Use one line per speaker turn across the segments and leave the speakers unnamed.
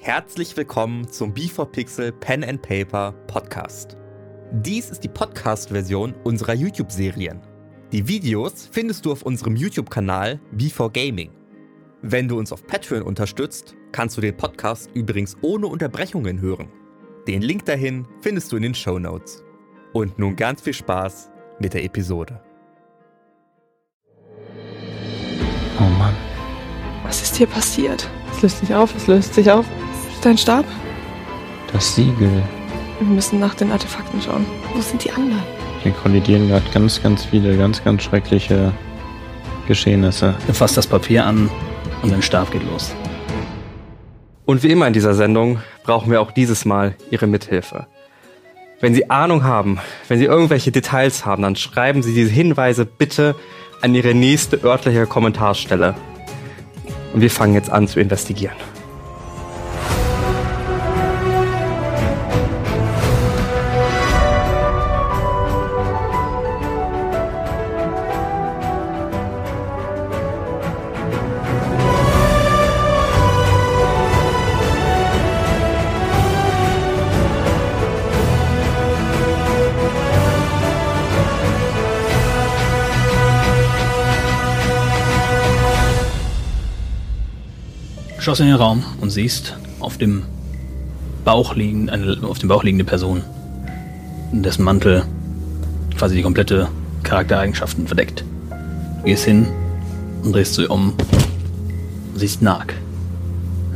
Herzlich willkommen zum B4Pixel Pen and Paper Podcast. Dies ist die Podcast-Version unserer YouTube-Serien. Die Videos findest du auf unserem YouTube-Kanal B4Gaming. Wenn du uns auf Patreon unterstützt, kannst du den Podcast übrigens ohne Unterbrechungen hören. Den Link dahin findest du in den Show Notes. Und nun ganz viel Spaß mit der Episode.
Oh Mann.
Was ist hier passiert?
Es löst sich auf, es löst sich auf.
Ist dein Stab?
Das Siegel.
Wir müssen nach den Artefakten schauen. Wo sind die anderen?
Hier kollidieren gerade ganz, ganz viele, ganz, ganz schreckliche Geschehnisse.
Er fasst das Papier an und dein Stab geht los.
Und wie immer in dieser Sendung brauchen wir auch dieses Mal Ihre Mithilfe. Wenn Sie Ahnung haben, wenn Sie irgendwelche Details haben, dann schreiben Sie diese Hinweise bitte an Ihre nächste örtliche Kommentarstelle. Und wir fangen jetzt an zu investigieren.
Schaust in den Raum und siehst auf dem Bauch liegend, eine auf dem Bauch liegende Person, dessen Mantel quasi die komplette Charaktereigenschaften verdeckt. Du gehst hin und drehst sie um und siehst Nag.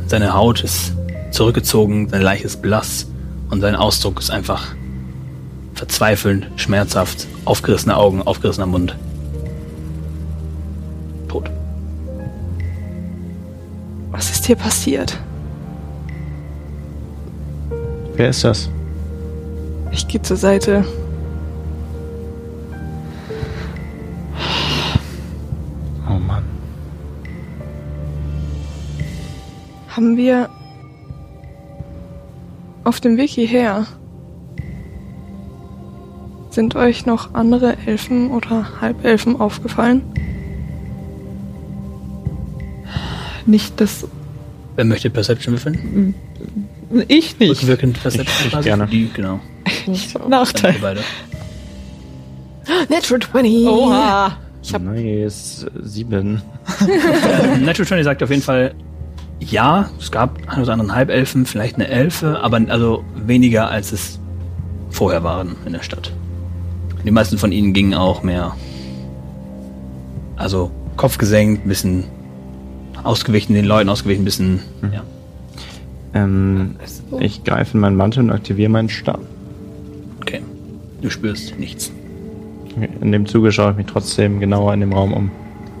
Seine Haut ist zurückgezogen, sein Leich ist blass und sein Ausdruck ist einfach verzweifelnd, schmerzhaft, aufgerissene Augen, aufgerissener Mund. Tot.
Was ist hier passiert?
Wer ist das?
Ich gehe zur Seite.
Oh Mann.
Haben wir auf dem Weg hierher sind euch noch andere Elfen oder Halbelfen aufgefallen? Nicht das.
Wer möchte Perception würfeln?
Ich nicht.
Rückwirkend Perception.
ich
quasi?
gerne.
Die, genau. Dann ihr
Nachteil.
beide.
Natural 20!
Oha. Ich hab,
Nice. Sieben.
Ähm, Natural 20 sagt auf jeden Fall, ja, es gab einen oder anderen Halbelfen, vielleicht eine Elfe, aber also weniger als es vorher waren in der Stadt. Die meisten von ihnen gingen auch mehr. Also Kopf gesenkt, ein bisschen ausgewichen, den Leuten ausgewichen, ein bisschen.
Mhm.
Ja.
Ähm, ich greife in meinen Mantel und aktiviere meinen Stab.
Okay. Du spürst nichts.
In dem Zuge schaue ich mich trotzdem genauer in dem Raum um.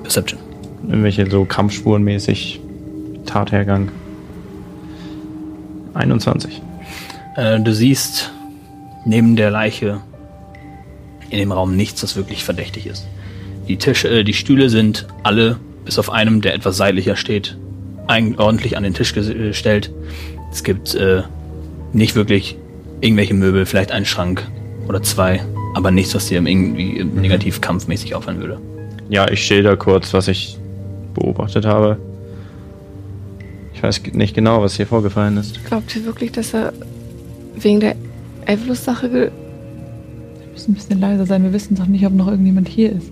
Perception.
Irgendwelche so Kampfspurenmäßig Tathergang. 21.
Äh, du siehst neben der Leiche in dem Raum nichts, was wirklich verdächtig ist. Die Tische, äh, die Stühle sind alle, bis auf einem, der etwas seitlicher steht, ein, ordentlich an den Tisch ges- äh, gestellt. Es gibt äh, nicht wirklich irgendwelche Möbel, vielleicht einen Schrank oder zwei, aber nichts, was dir im irgendwie im negativ kampfmäßig auffallen würde.
Ja, ich schilder kurz, was ich beobachtet habe. Ich weiß nicht genau, was hier vorgefallen ist.
Glaubt ihr wirklich, dass er wegen der Evelus-Sache ge
wir müssen ein bisschen leiser sein. Wir wissen doch nicht, ob noch irgendjemand hier ist.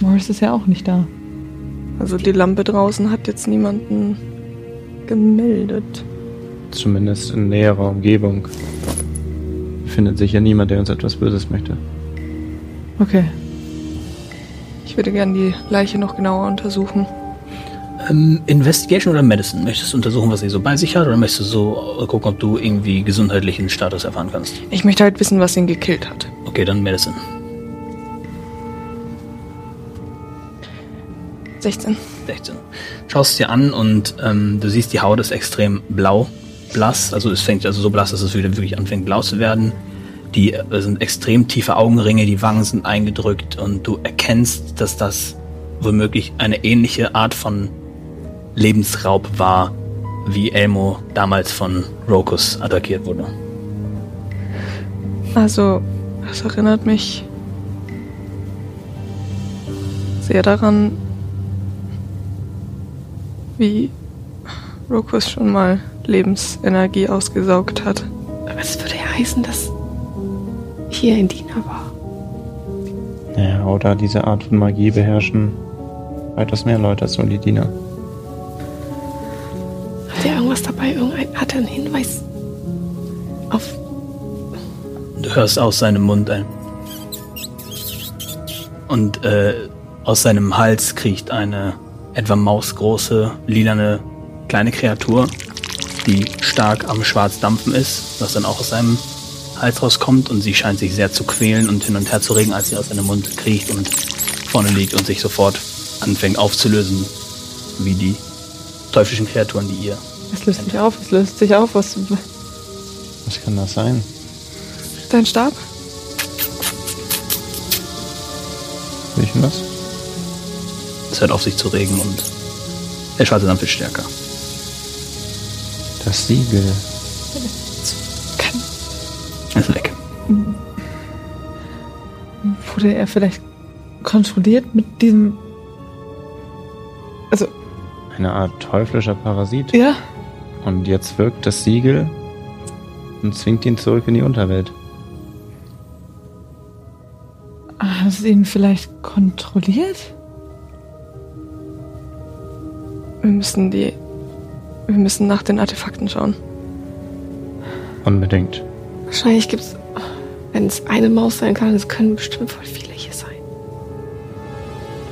Morris ist ja auch nicht da.
Also die Lampe draußen hat jetzt niemanden gemeldet.
Zumindest in näherer Umgebung findet sich hier niemand, der uns etwas Böses möchte.
Okay.
Ich würde gern die Leiche noch genauer untersuchen.
Ähm, Investigation oder Medicine? Möchtest du untersuchen, was sie so bei sich hat, oder möchtest du so äh, gucken, ob du irgendwie gesundheitlichen Status erfahren kannst?
Ich möchte halt wissen, was ihn gekillt hat.
Okay, dann Medicine.
16.
16. Schaust es dir an und ähm, du siehst, die Haut ist extrem blau, blass. Also es fängt also so blass, dass es wieder wirklich anfängt blau zu werden. Die äh, sind extrem tiefe Augenringe, die Wangen sind eingedrückt und du erkennst, dass das womöglich eine ähnliche Art von Lebensraub war, wie Elmo damals von Rokus attackiert wurde.
Also, das erinnert mich sehr daran, wie Rokus schon mal Lebensenergie ausgesaugt hat.
Aber das würde ja heißen, dass hier ein Diener war.
Ja, oder diese Art von Magie beherrschen weitaus mehr Leute als nur die Diener.
Hat er irgendwas dabei? Irgendein, hat er einen Hinweis auf
Du hörst aus seinem Mund ein. Und äh, aus seinem Hals kriecht eine etwa mausgroße, lilane kleine Kreatur, die stark am Schwarzdampfen ist, was dann auch aus seinem Hals rauskommt und sie scheint sich sehr zu quälen und hin und her zu regen, als sie aus seinem Mund kriecht und vorne liegt und sich sofort anfängt aufzulösen, wie die teuflischen Kreaturen, die ihr
Es löst sich auf, es löst sich auf. Was,
Was kann das sein?
Dein Stab?
Sehe ich denn das?
es hört auf sich zu regen und der schwarze Dampf wird stärker.
Das Siegel.
Ist weg.
wurde er vielleicht kontrolliert mit diesem. Also,
Eine Art teuflischer Parasit.
ja,
Und jetzt wirkt das Siegel und zwingt ihn zurück in die Unterwelt.
haben sie ihn vielleicht kontrolliert?
Wir müssen die. Wir müssen nach den Artefakten schauen.
Unbedingt.
Wahrscheinlich gibt es, wenn es eine Maus sein kann, es können bestimmt voll viele hier sein.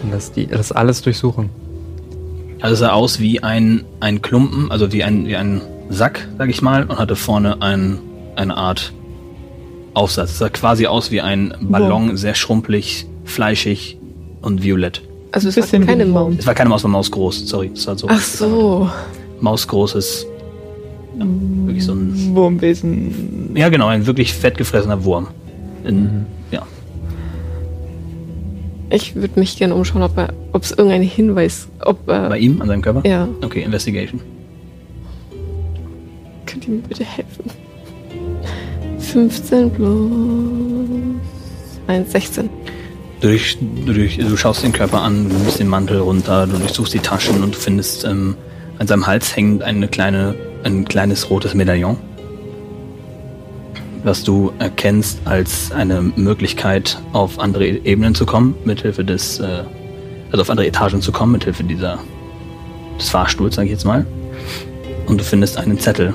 Und das, die, das alles durchsuchen.
Also sah aus wie ein, ein Klumpen, also wie ein, wie ein Sack, sag ich mal, und hatte vorne ein, eine Art Aufsatz. Sah quasi aus wie ein Ballon, sehr schrumpelig, fleischig und violett.
Also es
Bisschen
war keine
wie-
Maus.
Es war keine Maus, war Maus groß, sorry. Es war so.
Ach so.
Mausgroßes. Ja, wirklich so ein.
Wurmwesen.
Ja, genau, ein wirklich fettgefressener Wurm. In,
Mhm.
Ja.
Ich würde mich gerne umschauen, ob er, ob es irgendeinen Hinweis, ob
Bei
äh,
ihm, an seinem Körper?
ja,
Okay, Investigation.
könnt ihr mir bitte helfen? 15 plus 1, 16.
Du, durch, du, durch, du schaust den Körper an, du nimmst den Mantel runter, du durchsuchst die Taschen und du findest ähm, an seinem Hals hängend eine kleine, ein kleines rotes Medaillon, was du erkennst als eine Möglichkeit, auf andere Ebenen zu kommen, mithilfe des, äh, also auf andere Etagen zu kommen, mithilfe dieser, des Fahrstuhls, sag ich jetzt mal. Und du findest einen Zettel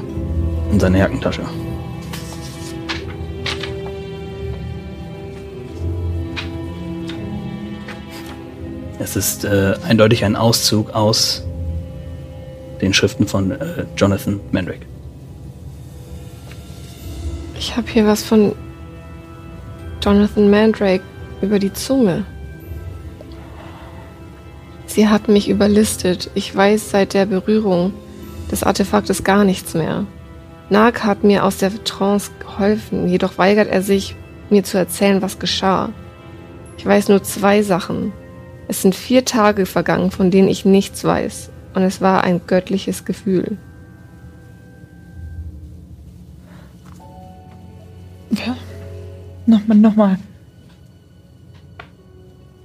in seiner Jackentasche. Es ist äh, eindeutig ein Auszug aus den Schriften von äh, Jonathan Mandrake.
Ich habe hier was von Jonathan Mandrake über die Zunge. Sie hat mich überlistet. Ich weiß seit der Berührung des Artefaktes gar nichts mehr. Nag hat mir aus der Trance geholfen, jedoch weigert er sich, mir zu erzählen, was geschah. Ich weiß nur zwei Sachen. Es sind vier Tage vergangen, von denen ich nichts weiß. Und es war ein göttliches Gefühl.
Ja. Nochmal, nochmal.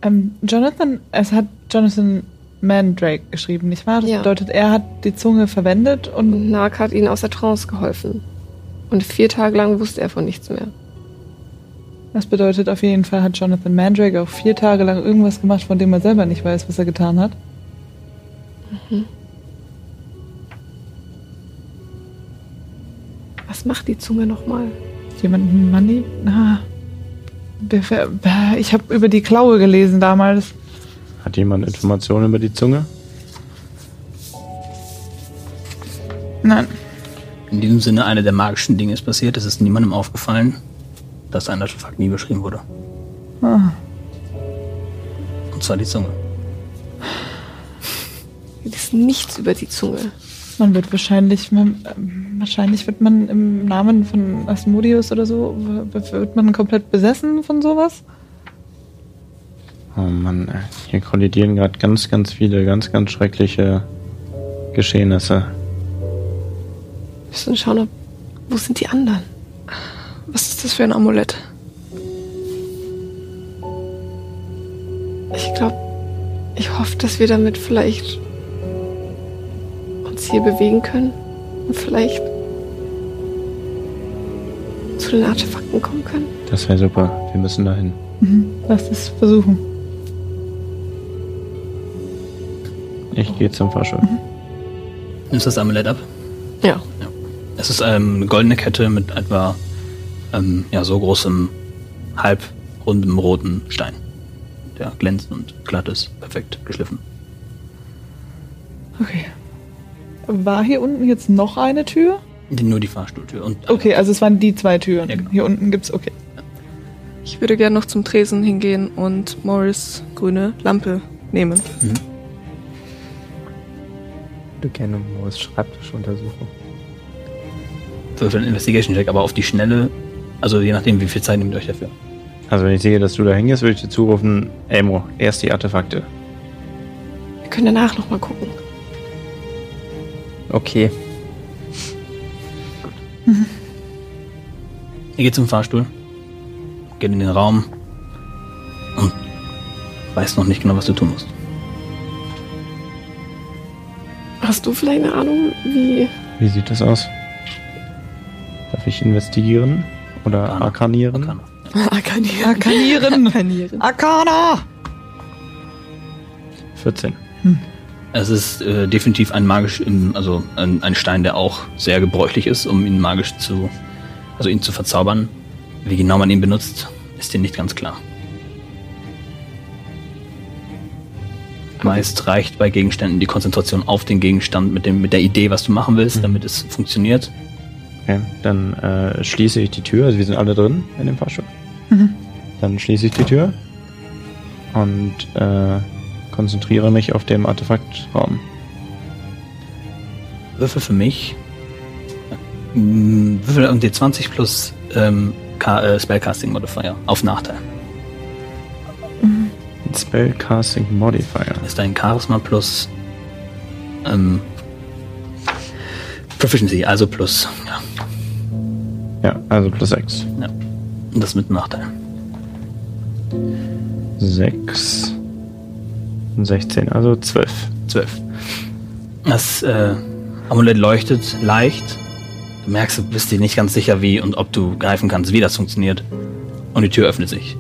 Ähm, Jonathan, es hat Jonathan Mandrake geschrieben, nicht wahr? Das
Ja. Mhm.
bedeutet, er hat die Zunge verwendet und
Und Nag hat ihnen aus der Trance geholfen. Und vier Tage lang wusste er von nichts mehr.
das bedeutet, auf jeden Fall hat Jonathan Mandrake auch vier Tage lang irgendwas gemacht, von dem er selber nicht weiß, was er getan hat.
Was macht die Zunge nochmal?
Jemanden Money. Ah. Befe- Bäh, Ich habe über die Klaue gelesen damals.
Hat jemand Informationen über die Zunge?
Nein.
In diesem Sinne, eine der magischen Dinge ist passiert. Es ist niemandem aufgefallen, dass ein Artefakt nie beschrieben wurde.
Ah.
Und zwar die Zunge.
Mir ist nichts über die Zunge.
Man wird wahrscheinlich, man, ähm, wahrscheinlich wird man im Namen von Asmodius oder so, w- w- wird man komplett besessen von sowas.
Oh Mann, ey. hier kollidieren gerade ganz, ganz viele, ganz, ganz schreckliche Geschehnisse.
Wir müssen schauen, ob, wo sind die anderen?
Was ist das für ein Amulett?
Ich glaube, ich hoffe, dass wir damit vielleicht uns hier bewegen können. hätten vielleicht zu den Artefakten kommen können.
Das wäre super. Wir müssen dahin.
Mhm. Lass es versuchen.
Ich gehe zum Fahrstuhl.
Nimmst das Amulett ab?
Ja.
Es ist ähm, eine goldene Kette mit etwa ähm, ja, so großem, halbrundem roten Stein. Der glänzt und glatt ist, perfekt geschliffen.
Okay. War hier unten jetzt noch eine Tür?
Die- Nur die Fahrstuhltür. Und äh,
Okay, also es waren die zwei Türen.
Ja, genau.
Hier unten gibt's okay.
Ich würde gerne noch zum Tresen hingehen und Morris grüne Lampe nehmen.
Du gerne Morris Schreibtisch untersuchen.
Würfel einen Investigation-Check, aber auf die Schnelle, also je nachdem, wie viel Zeit nehmt ihr euch dafür.
Also wenn ich sehe, dass du da hängst, würde ich dir zurufen, Elmo, erst die Artefakte.
Wir können danach nochmal gucken.
Okay.
Ihr geht zum Fahrstuhl, geht in den Raum und weiß noch nicht genau, was du tun musst.
Hast du vielleicht eine Ahnung, wie
Wie sieht das aus? Darf ich investigieren? Oder
Arcana.
arkanieren?
Arcana.
Akanieren.
Arkanieren!
Akanieren.
Arkana!
14.
Es ist äh, definitiv ein magisch, im, also ein, ein Stein, der auch sehr gebräuchlich ist, um ihn magisch zu, also ihn zu verzaubern. Wie genau man ihn benutzt, ist dir nicht ganz klar. Meist reicht bei Gegenständen die Konzentration auf den Gegenstand mit, dem, mit der Idee, was du machen willst, damit es funktioniert.
Okay, dann äh, schließe ich die Tür. Also wir sind alle drin in dem Fahrstuhl. Dann schließe ich die Tür und äh, konzentriere mich auf dem Artefaktraum.
Würfel für mich. Mm, Würfel um D20 plus ähm, Ka äh, Spellcasting Modifier auf Nachteil.
Spellcasting Modifier.
ist dein Charisma plus ähm, Proficiency, also plus. Ja,
Ja, also plus 6.
ja. Und das mit Nachteil.
6. 16, also 12.
12. Das äh, Amulett leuchtet leicht. Du merkst, du bist dir nicht ganz sicher, wie und ob du greifen kannst, wie das funktioniert. Und die Tür öffnet sich.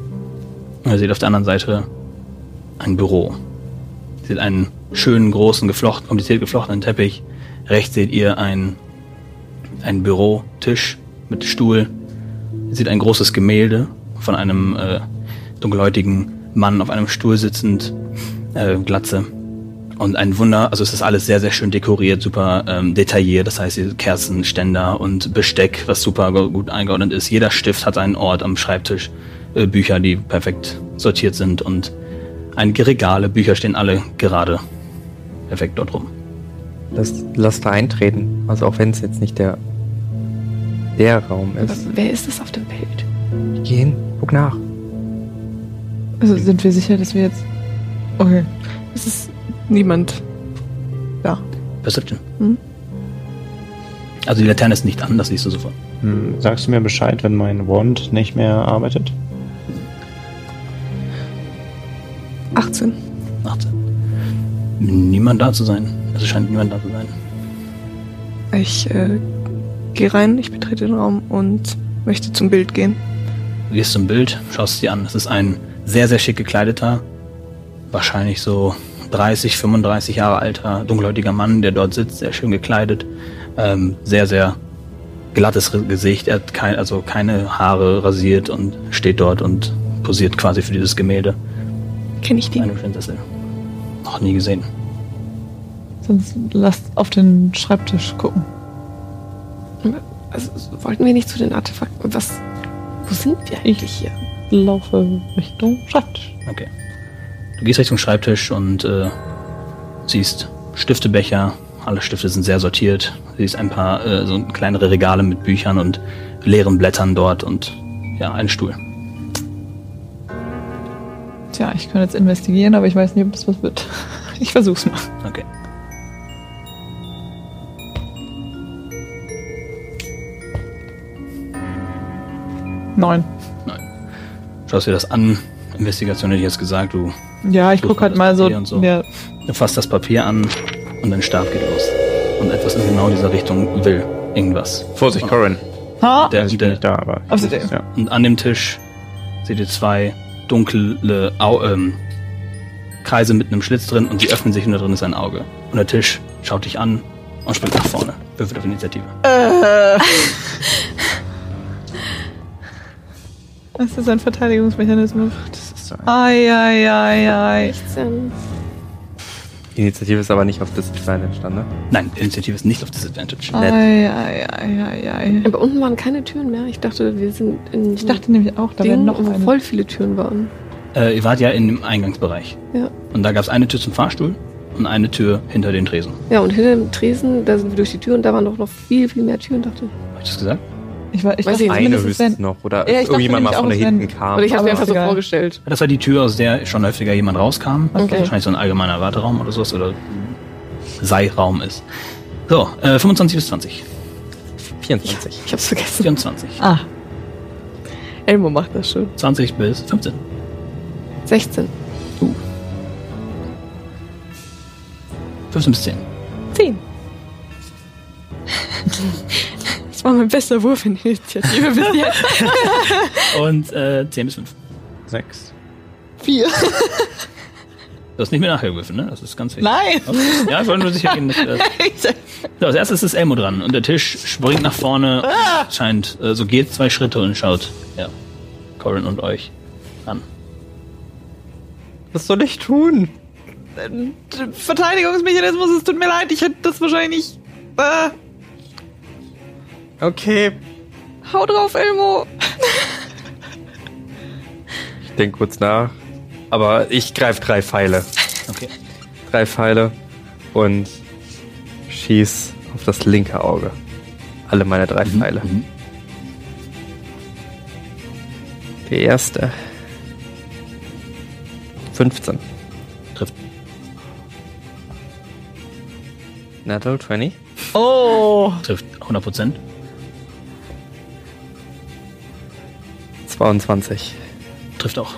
Und ihr seht auf der anderen Seite ein Büro. Ihr seht einen schönen, großen, geflochten, kompliziert geflochtenen Teppich. Rechts seht ihr ein, ein Bürotisch mit Stuhl. Ihr seht ein großes Gemälde von einem äh, dunkelhäutigen Mann auf einem Stuhl sitzend, äh, Glatze. Und ein Wunder, also es ist alles sehr, sehr schön dekoriert, super ähm, detailliert. Das heißt, hier Kerzen, Ständer und Besteck, was super go- gut eingeordnet ist. Jeder Stift hat einen Ort am Schreibtisch. Äh, Bücher, die perfekt sortiert sind und einige Regale, Bücher stehen alle gerade perfekt dort rum.
Lass, lass da eintreten. Also auch wenn es jetzt nicht der der Raum
Aber
ist.
wer ist das auf dem Bild?
Geh hin, guck nach.
Also sind wir sicher, dass wir jetzt. Okay.
Es ist niemand.
Perception.
Mhm.
Also die Laterne ist nicht an, das siehst du sofort.
Hm, sagst du mir Bescheid, wenn mein Wand nicht mehr arbeitet?
18.
18. Niemand da zu sein. Es scheint niemand da zu sein.
Ich äh, gehe rein, ich betrete den Raum und möchte zum Bild gehen.
Du gehst zum Bild, schaust es dir an. Es ist ein sehr, sehr schick gekleideter, wahrscheinlich so 30, 35 Jahre alter, dunkelhäutiger Mann, der dort sitzt, sehr schön gekleidet, ähm, sehr, sehr glattes Re- Gesicht. Er hat kein, also keine Haare rasiert und steht dort und posiert quasi für dieses Gemälde.
Kenne ich den?
Eine Prinzessin. Noch nie gesehen.
Sonst lasst auf den Schreibtisch gucken.
Also wollten wir nicht zu den Artefakten? Was? Wo sind wir eigentlich hier?
Laufe Richtung Schreibtisch.
Okay. Du gehst Richtung Schreibtisch und äh, siehst Stiftebecher. Alle Stifte sind sehr sortiert. Siehst ein paar äh, so kleinere Regale mit Büchern und leeren Blättern dort und ja, einen Stuhl.
Tja, ich kann jetzt investigieren, aber ich weiß nicht, ob es was wird. Ich versuch's mal.
Okay.
Neun.
Schaust dir das an. Investigation hätte ich jetzt gesagt. Du
Ja, ich guck
Suchen
halt mal
das
so.
Papier und so.
Ja,
fasst das Papier an und dein Stab geht los. und etwas in genau dieser Richtung will. Irgendwas.
Vorsicht, Corin.
Ha?
Der,
Also ich bin
der,
nicht da, aber.
Also der-
ja.
Und an dem Tisch seht ihr zwei dunkle Au ähm, Kreise mit einem Schlitz drin und sie öffnen sich und da drin ist ein Auge. Und der Tisch schaut dich an und springt nach vorne. Würfelt auf Initiative.
Das ist ein Verteidigungsmechanismus.
Das ist so ein-
Ei, ei, ei, ei.
16.
Die Initiative ist aber nicht auf Disadvantage dann, ne?
Nein, Initiative ist nicht auf Disadvantage.
Nett.
Ei, ei, ei, ei, ei.
Aber unten waren keine Türen mehr. Ich dachte, wir sind in
Ich dachte nämlich auch, da wären
Ding,
noch
wo
eine.
voll viele Türen waren.
Äh, ihr wart ja in dem Eingangsbereich.
Ja.
Und da gab es eine Tür zum Fahrstuhl und eine Tür hinter den Tresen.
Ja, und hinter dem Tresen, da sind wir durch die Tür und da waren doch noch viel, viel mehr Türen, dachte ich.
Hab ich das gesagt?
Ich, war, ich
Weiß
dachte,
ich
zumindest
Eine
es
wüsste
wären-
ich noch. Oder
Ja, ich dachte
irgendjemand mal
nämlich
von
auch, es
hinten
wären-
kam.
Oder ich habe mir
aber
einfach so
egal.
vorgestellt.
Das war die Tür, aus der schon häufiger jemand rauskam.
Okay.
Wahrscheinlich so ein allgemeiner Warteraum oder sowas oder Seiraum ist. So, äh, 25 bis 20.
24.
Ich hab's vergessen.
24.
Ah,
Elmo macht das schon.
20 bis 15.
16.
15 bis 10.
10. Das war mein bester Wurf in der Initiative bis jetzt.
Und äh, 10 bis 5.
Sechs.
4.
Du hast nicht mehr nachgewürfen, ne? Das ist ganz wichtig.
nein!
Okay. Ja, ich wollte nur sicher gehen, dass wir das. So, als erstes ist Elmo dran und der Tisch springt nach vorne, scheint, äh, so geht zwei Schritte und schaut, ja, Corin und euch an.
Was soll ich tun?
Verteidigungsmechanismus, es tut mir leid, ich hätte das wahrscheinlich nicht. Äh,
Okay.
hau drauf, Elmo!
Ich denke kurz nach. Aber ich greife drei Pfeile.
Okay.
Drei Pfeile und schieß auf das linke Auge. Alle meine drei Pfeile.
Mhm.
Der erste. 15.
Trifft.
Natural 20.
Oh!
Trifft 100 Prozent.
22.
Trifft auch.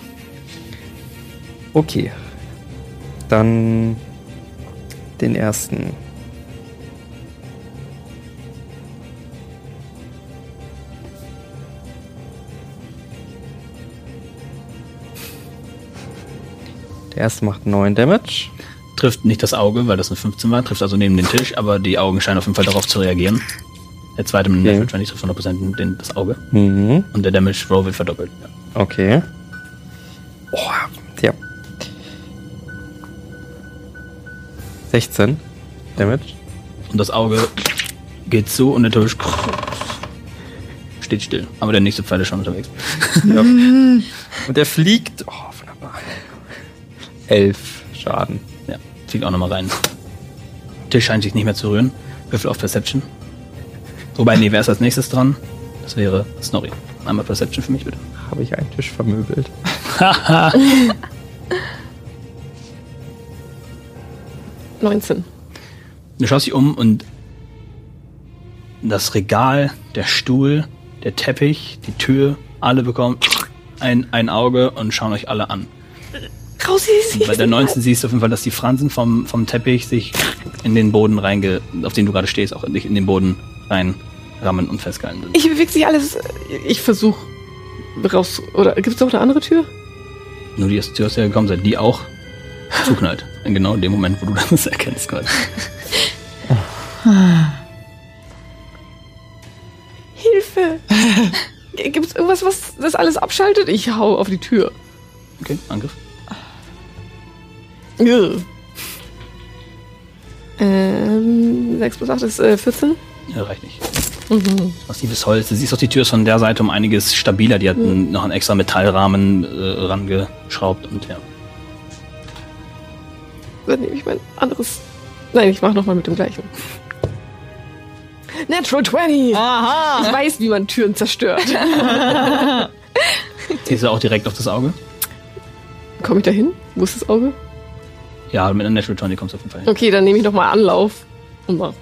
Okay. Dann den ersten. Der erste macht 9 Damage.
Trifft nicht das Auge, weil das eine 15 war, trifft also neben den Tisch, aber die Augen scheinen auf jeden Fall darauf zu reagieren. Der zweite mit dem
Okay.
Natural 20 trifft 100 Prozent den, das Auge
Mhm.
und der Damage Roll wird verdoppelt. Ja.
Okay. Oh, ja. 16 Damage.
Und das Auge geht zu und der Tisch steht still. Aber der nächste Pfeil ist schon unterwegs.
Und er fliegt. Oh, wunderbar. 11 Schaden.
Ja, fliegt auch nochmal rein. Tisch scheint sich nicht mehr zu rühren. Würfel auf Perception. Wobei, nee, wer ist als nächstes dran? Das wäre Snorri. Einmal Perception für mich, bitte.
Habe ich einen Tisch vermöbelt.
Haha.
19.
du schaust dich um und das Regal, der Stuhl, der Teppich, die Tür, alle bekommen ein, ein Auge und schauen euch alle an.
Raus hieß
Und bei der 19 siehst du auf jeden Fall, dass die Fransen vom, vom Teppich sich in den Boden reinge... auf den du gerade stehst, auch sich in den Boden reinrammen und festgehalten sind.
Ich bewege sich alles. Ich versuche raus. Oder gibt's noch eine andere Tür?
Nur die erste Tür aus der ihr gekommen seid, die auch zuknallt. In genau dem Moment, wo du das erkennst quasi.
Hilfe! gibt's irgendwas, was das alles abschaltet? Ich hau auf die Tür.
Okay, Angriff.
Ähm, 6 plus 8 ist äh, 14.
Ja, reicht nicht. Massives Holz. Du siehst auch, die Tür ist von der Seite um einiges stabiler. Die hat einen- noch einen extra Metallrahmen äh, rangeschraubt und ja.
Dann nehme ich mein anderes. Nein, ich mache nochmal mit dem gleichen. Natural 20!
Aha!
Ich weiß, wie man Türen zerstört.
Siehst du auch direkt auf das Auge?
Komme ich da hin? Wo ist das Auge?
Ja, mit einer Natural 20 kommst du auf jeden Fall hin.
Okay, dann nehme ich nochmal Anlauf und mal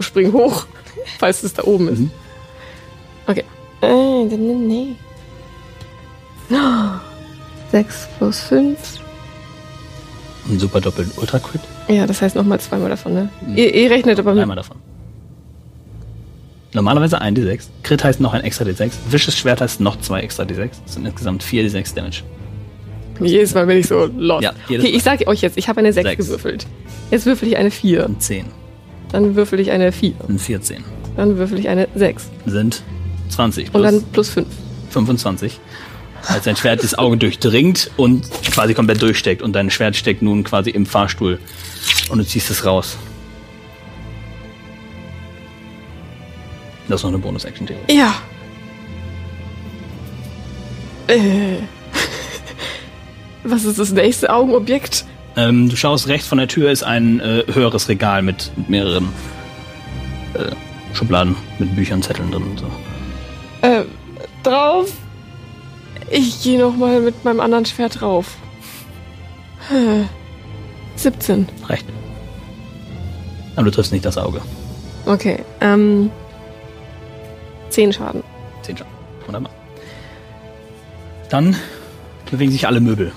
spring hoch, falls es da oben ist.
Mhm.
Okay. Äh, dann- nee, nee. 6 plus 5.
Ein super doppelt Ultra Crit.
Ja, das heißt nochmal zweimal davon, ne? Ihr, ihr rechnet aber mit.
Mhm. Einmal davon. Normalerweise ein D6. Crit heißt noch ein extra D6. Wisches Schwert heißt noch zwei extra D6. Das sind insgesamt vier D6 Damage.
Jedes Mal bin ich so lost.
Ja, jedes
okay, ich sag euch jetzt, ich habe eine 6,
Sechs.
gewürfelt. Jetzt würfel ich eine 4.
Ein 10.
Dann würfel ich eine 4.
Ein 14.
Dann würfel ich eine 6.
Sind 20
Und
plus
dann plus 5.
25. Als sein Schwert das Auge durchdringt und quasi komplett durchsteckt. Und dein Schwert steckt nun quasi im Fahrstuhl. Und du ziehst es raus. Das ist noch eine Bonus-Action, Theo.
Ja. Äh. Was ist das nächste Augenobjekt?
Ähm, du schaust rechts von der Tür ist ein äh, höheres Regal mit, mit mehreren äh, Schubladen mit Büchern, Zetteln drin und so.
Äh, drauf. Ich gehe nochmal mit meinem anderen Schwert drauf. Äh, 17.
Recht. Aber du triffst nicht das Auge.
Okay, ähm. 10 Schaden.
Zehn Schaden. Wunderbar. Dann bewegen sich alle Möbel.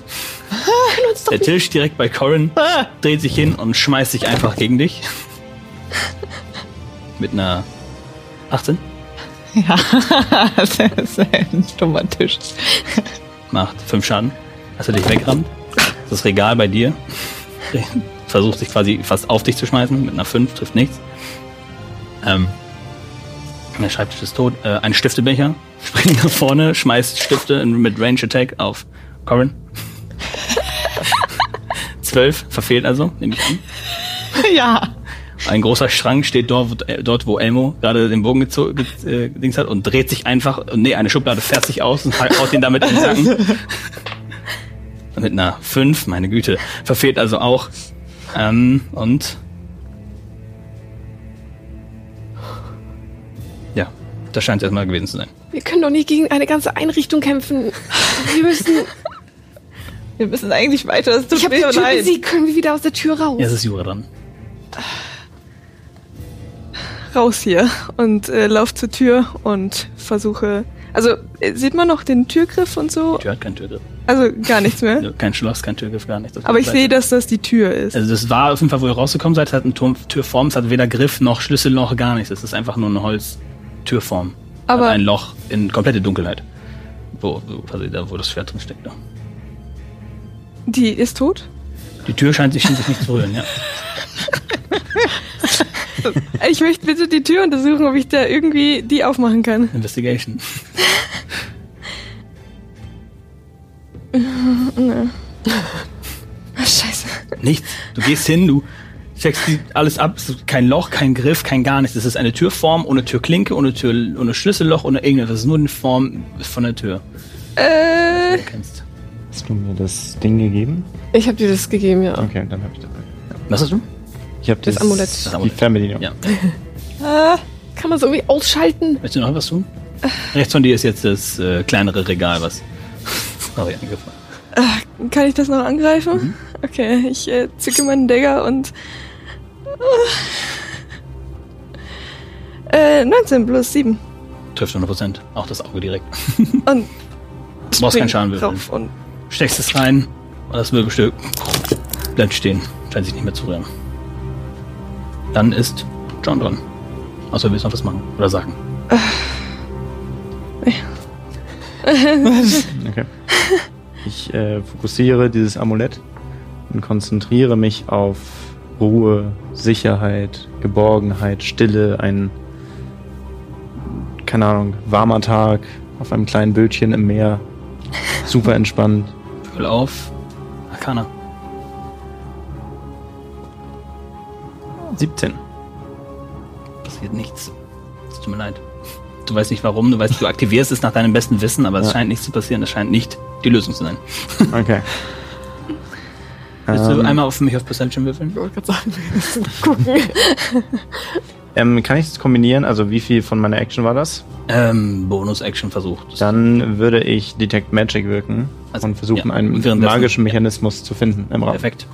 Der Tisch direkt bei Corin dreht sich hin und schmeißt sich einfach gegen dich. Mit einer 18
Ja, das ist ein dummer Tisch.
macht 5 Schaden. Hast du dich weggerammt? Das Regal bei dir versucht sich quasi fast auf dich zu schmeißen. Mit einer 5 trifft nichts. Ähm, der Schreibtisch ist tot. Äh, ein Stiftebecher springt nach vorne, schmeißt Stifte in- mit Range Attack auf Corin. 12 verfehlt also, nehme ich an.
Ja.
Ein großer Schrank steht dort, wo- äh, dort wo Elmo gerade den Bogen gezo- ge- äh, gedings hat und dreht sich einfach. Nee, eine Schublade fährt sich aus und halt- haut ihn damit in den Sacken. Mit einer 5, meine Güte. Verfehlt also auch. Ähm, und. Ja, das scheint es erstmal gewesen zu sein.
Wir können doch nicht gegen eine ganze Einrichtung kämpfen. Wir müssen.
Wir müssen eigentlich weiter. Das tut
Ich habe
mir
die Tür
leid.
besiegt. Können wir wieder aus der Tür raus?
Ja, es ist Jura dran.
raus hier und äh, lauf zur Tür und versuche. Also äh, sieht man noch den Türgriff und so?
Die Tür hat keinen Türgriff.
Also gar nichts mehr.
Kein Schloss, kein Türgriff, gar nichts. Das
Aber ich
bleibt-
sehe, dass das die Tür ist.
Also das war auf jeden Fall, wo ihr rausgekommen seid, hat eine Turm Türform, es hat weder Griff noch Schlüsselloch, gar nichts. Es ist einfach nur eine Holztürform.
Aber-
hat ein Loch in komplette Dunkelheit. Wo, wo, quasi da, wo das Schwert drin steckt. Ja.
Die ist tot?
Die Tür scheint sich, schien sich nicht zu rühren, ja.
Ich möchte bitte die Tür untersuchen, ob ich da irgendwie die aufmachen kann.
Investigation.
Ah, Oh, Scheiße.
Nichts. Du gehst hin, du checkst die, alles ab. Es ist kein Loch, kein Griff, kein gar nichts. Es ist eine Türform ohne Türklinke, ohne, Tür, ohne Schlüsselloch, ohne irgendetwas. Es ist nur eine Form von der Tür.
Äh,
die du kennst.
Hast du mir das Ding gegeben?
Ich habe dir das gegeben, ja.
Okay, dann habe ich das.
Was hast du?
Ich habe
Das
das,
Amulett.
Das
Die
Amulett.
Fernbedienung.
Ja.
Kann man es irgendwie ausschalten?
Möchtest du noch was tun? Rechts von dir ist jetzt das äh, kleinere Regal, was. Sorry, angefallen.
kann ich das noch angreifen? Okay, ich äh, zücke meinen Dagger und. Äh, 19 plus 7.
Trifft 100%. Auch das Auge direkt.
Und.
Du brauchst
spring
keinen Schaden würfeln.
drauf und
Steckst es rein und das Möbelstück bleibt stehen. Scheint sich nicht mehr zu rühren. Dann ist John dran. Außer du willst noch was machen oder sagen.
Okay. Ich äh, fokussiere dieses Amulett und konzentriere mich auf Ruhe, Sicherheit, Geborgenheit, Stille, ein, keine Ahnung, warmer Tag auf einem kleinen Bötchen im Meer. Super entspannt.
Würfel auf. Arcana.
17.
Passiert nichts. Es tut mir leid. Du weißt nicht warum, du weißt, du aktivierst es nach deinem besten Wissen, aber es
Ja.
scheint nichts zu passieren. Es scheint nicht die Lösung zu sein.
Okay.
Willst du
Ähm,
einmal auf mich auf Perception würfeln?
Ich wollte gerade sagen, wir müssen gucken.
ähm, kann ich das kombinieren? Also wie viel von meiner Action war das?
Ähm, Bonus-Action versucht.
Dann würde ich Detect Magic wirken
Also,
und versuchen,
ja.
einen
Und währenddessen-
magischen Mechanismus zu finden im Raum.
Perfekt.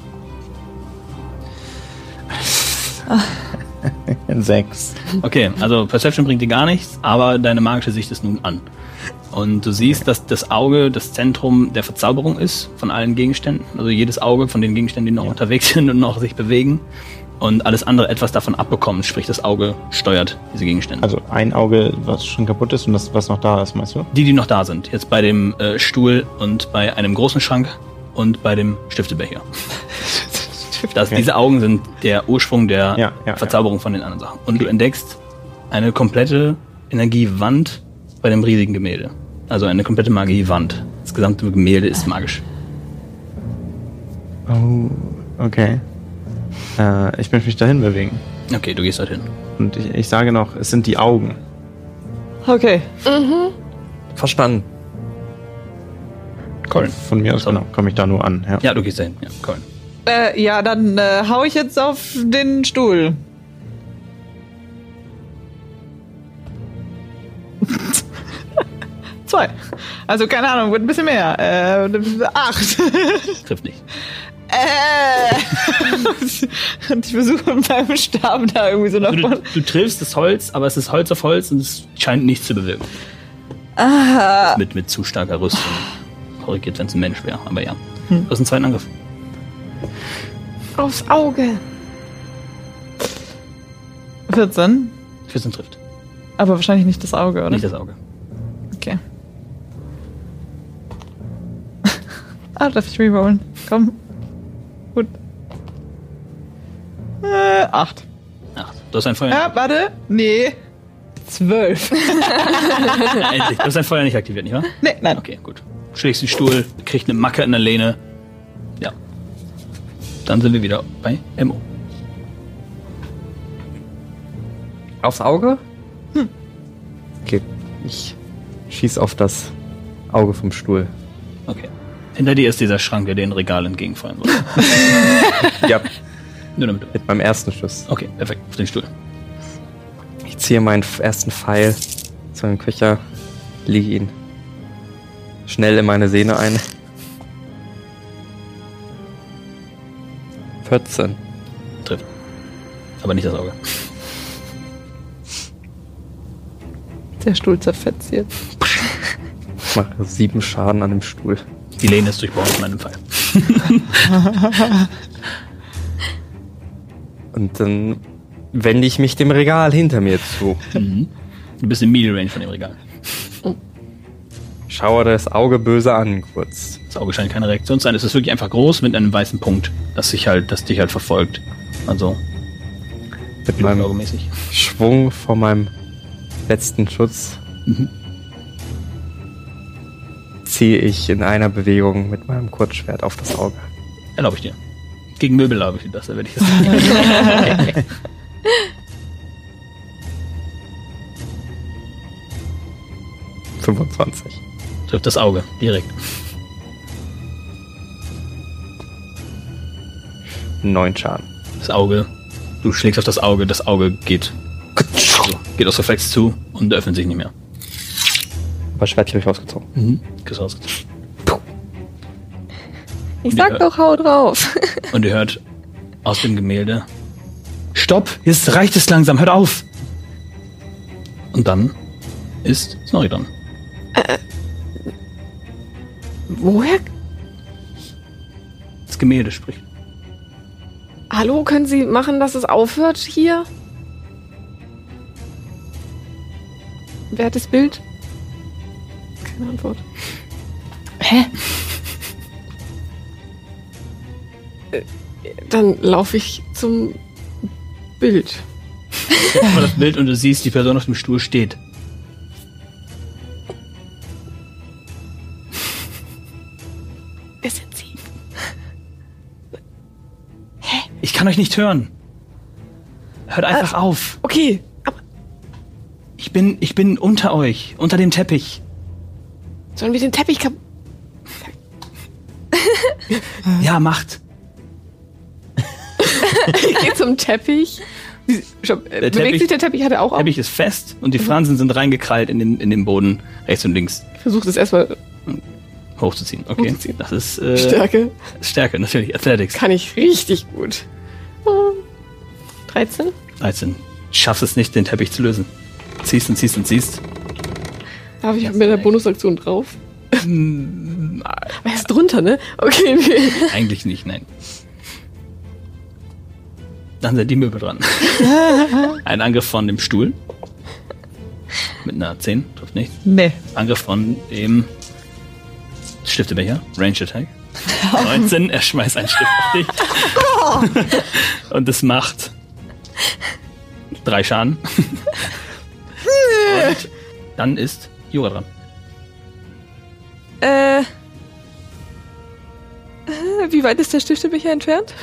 Sechs.
Okay, also Perception bringt dir gar nichts, aber deine magische Sicht ist nun an. Und du siehst, dass das Auge das Zentrum der Verzauberung ist von allen Gegenständen. Also jedes Auge von den Gegenständen, die noch unterwegs sind und noch sich bewegen. Und alles andere etwas davon abbekommt, sprich das Auge steuert diese Gegenstände.
Also ein Auge, was schon kaputt ist und das, was noch da ist, meinst du?
die, die noch da sind. Jetzt bei dem äh, Stuhl und bei einem großen Schrank und bei dem Stiftebecher. Das,
Okay.
Diese Augen sind der Ursprung der
Ja, ja,
Verzauberung von den anderen Sachen. Und du entdeckst eine komplette Energiewand bei dem riesigen Gemälde. Also eine komplette Magiewand. Das gesamte Gemälde ist magisch.
Oh, okay. Äh, ich möchte mich dahin bewegen.
Okay, du gehst dorthin.
Und ich, ich sage noch, es sind die Augen.
Okay.
Verstanden.
Colin.
Von mir aus,
So.
genau, komme ich da nur an. Ja.
Ja, du gehst dahin. Ja, Colin.
Äh, ja, dann äh, hau ich jetzt auf den Stuhl. Zwei. Also keine Ahnung, wird ein bisschen mehr. Äh, acht.
Trifft nicht.
äh. Und ich versuche mit meinem Stab da irgendwie so nach
Du,
vorne.
du triffst das Holz, aber es ist Holz auf Holz und es scheint nichts zu bewirken. Mit, mit zu starker Rüstung. Korrigiert, wenn es ein Mensch wäre, aber ja. Du hast einen zweiten Angriff.
Aufs Auge.
14.
14 trifft.
Aber wahrscheinlich nicht das Auge, oder?
Nicht das Auge.
Okay. ah, darf ich rerollen? Komm. Gut. Äh, acht.
Ach, du hast ein Feuer.
Ja, warte. Nee. Zwölf.
Nein, endlich. Du hast dein Feuer nicht aktiviert, nicht wahr?
nee, nein.
Okay, gut. Schlägst den Stuhl, kriegst eine Macke in der Lehne. Ja. Dann sind wir wieder bei Emo.
Aufs Auge? Okay, ich schieß auf das Auge vom Stuhl.
Okay. Hinter dir ist dieser Schrank, der dir ein Regal entgegenfallen soll.
Ja,
Nur damit du.
mit meinem ersten Schuss.
Okay, perfekt. Auf den Stuhl.
Ich ziehe meinen f- ersten Pfeil zu meinem Köcher, lege ihn schnell in meine Sehne ein. 14.
Trifft. Aber nicht das Auge.
Der Stuhl zerfetzt jetzt.
Ich mache sieben Schaden an dem Stuhl.
Die Lehne ist durchbohrt von einem Pfeil.
Und dann wende ich mich dem Regal hinter mir zu.
Du bist im Medial Range von dem Regal.
Schaue das Auge böse an kurz.
Das Auge scheint keine Reaktion zu sein. Es ist wirklich einfach groß mit einem weißen Punkt, das sich halt, das dich halt verfolgt. Also,
Mit meinem
augemäßig.
Schwung vor meinem letzten Schutz
Mhm.
ziehe ich in einer Bewegung mit meinem Kurzschwert auf das Auge.
Erlaube ich dir. Gegen Möbel erlaube ich dir das, da werde ich das.
Okay. 25.
Trifft das Auge, direkt.
9 Schaden.
Das Auge. Du schlägst auf das Auge, das Auge geht. So, geht aus Reflex zu und öffnet sich nicht mehr.
Aber Schwert habe ich rausgezogen.
Mhm. Küsse rausgezogen.
Ich sag doch, hau drauf.
Und ihr hört aus dem Gemälde. Stopp! Jetzt reicht es langsam, hört auf! Und dann ist Snorri dran.
Woher?
Das Gemälde spricht.
Hallo, können Sie machen, dass es aufhört hier? Wer hat das Bild? Keine Antwort.
Hä?
Äh, Dann laufe ich zum Bild.
Guck mal das Bild und du siehst, die Person auf dem Stuhl steht.
Wer sind Sie?
Ich kann euch nicht hören. Hört einfach auf.
Okay, aber
Ich bin, ich bin unter euch, unter dem Teppich.
sollen wir den Teppich kap...
Ja, macht.
Ich gehe zum Teppich. Sie- Stopp, äh,
Der
bewegt
Teppich-
sich der Teppich? Hat er auch auf?
Teppich ist fest und die Fransen sind reingekrallt in den, in den Boden, rechts und links
Ich versuche das erstmal.
hochzuziehen. Okay,
Hochzuziehen.
das ist äh, Stärke.
Stärke
natürlich. Athletics. Äh.
kann ich richtig gut. 13?
13. Schaffst es nicht, den Teppich zu lösen. Ziehst und ziehst und ziehst.
Darf ich mit der Bonusaktion drauf? Hm, Er ist drunter, ne? Okay, okay.
Eigentlich nicht, nein. Dann sind die Möbel dran. Ein Angriff von dem Stuhl. Mit einer 10, trifft nicht.
Nee.
Angriff von dem Stiftebecher. Range Attack. 19, er schmeißt einen Stift auf dich. Und es macht drei Schaden. Und dann ist Jura dran.
Äh, äh, wie weit ist der Stiftebecher entfernt?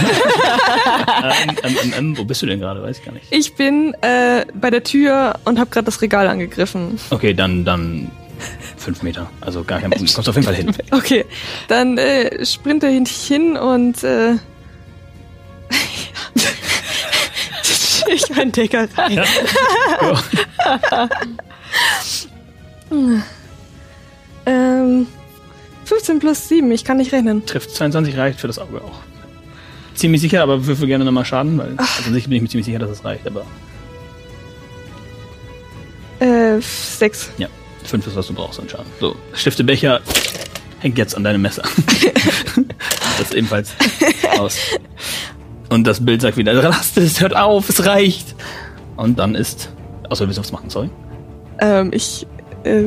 Ähm, ähm, ähm, ähm, wo bist du denn gerade? Weiß ich gar nicht.
Ich bin äh, bei der Tür und habe gerade das Regal angegriffen.
Okay, dann, dann fünf Meter. Also gar kein Problem. Du kommst auf jeden Fall hin.
Okay, dann äh, sprinte ich hin und äh, ich mein Decker rein. ähm, 15 plus 7, ich kann nicht rechnen.
Trifft 22 reicht für das Auge auch. Ziemlich sicher, aber würfel gerne nochmal Schaden, weil also sicher bin ich mir ziemlich sicher, dass es reicht, aber
Äh, 6.
ja, fünf ist, was du brauchst an Schaden. So, Stiftebecher hängt jetzt an deinem Messer. das ist ebenfalls aus. Und das Bild sagt wieder, lasst es, hört auf, es reicht. Und dann ist, außer du willst was machen, sorry.
Ähm, ich, äh,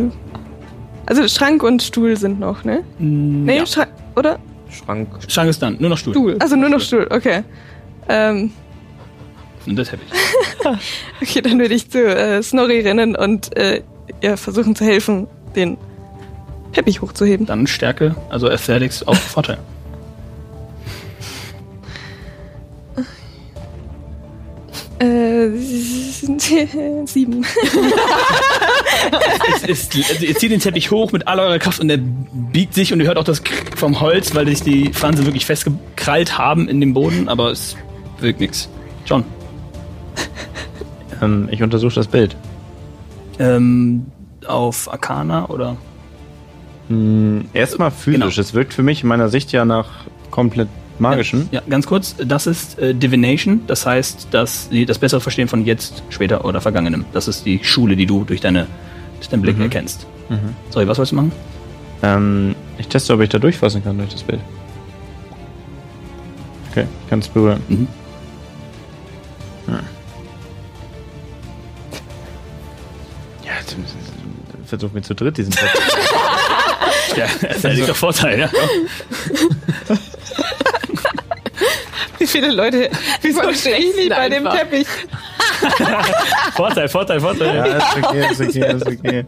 also Schrank und Stuhl sind noch, ne? Nee,
ja.
Schrank, oder?
Schrank.
Schrank ist dann, nur noch Stuhl.
Stuhl. Also nur noch Stuhl, okay. Ähm,
Und das Teppich.
Okay, dann würde ich zu äh, Snorri rennen und äh, ihr versuchen zu helfen, den Teppich hochzuheben.
Dann Stärke, also Athletics auf Vorteil.
Äh, sieben.
Es ist, also ihr zieht den Teppich hoch mit all eurer Kraft und der biegt sich und ihr hört auch das Krick vom Holz, weil sich die Fransen wirklich festgekrallt haben in dem Boden, aber es wirkt nichts. John.
Ähm, ich untersuche das Bild.
Ähm, auf Arcana oder?
Hm, Erstmal physisch. Es wirkt für mich in meiner Sicht ja nach komplett magischen.
Genau. Ja, ganz kurz, das ist äh, Divination, das heißt, dass sie das bessere Verstehen von jetzt, später oder Vergangenem. Das ist die Schule, die du durch deine durch deinen Blick
Mhm.
erkennst. Sorry, was wolltest du machen?
Ähm, ich teste, ob ich da durchfassen kann durch das Bild. Okay, ich kann es berühren.
Mhm.
Hm. Ja, jetzt müssen- versuch mir zu dritt diesen Teppich.
Ja, Athletics auf Vorteil, ja.
Wie viele Leute, wieso stehe ich nicht bei dem
einfach.
Teppich?
Vorteil, Vorteil, Vorteil.
Ja, ist okay, ist okay, ist okay.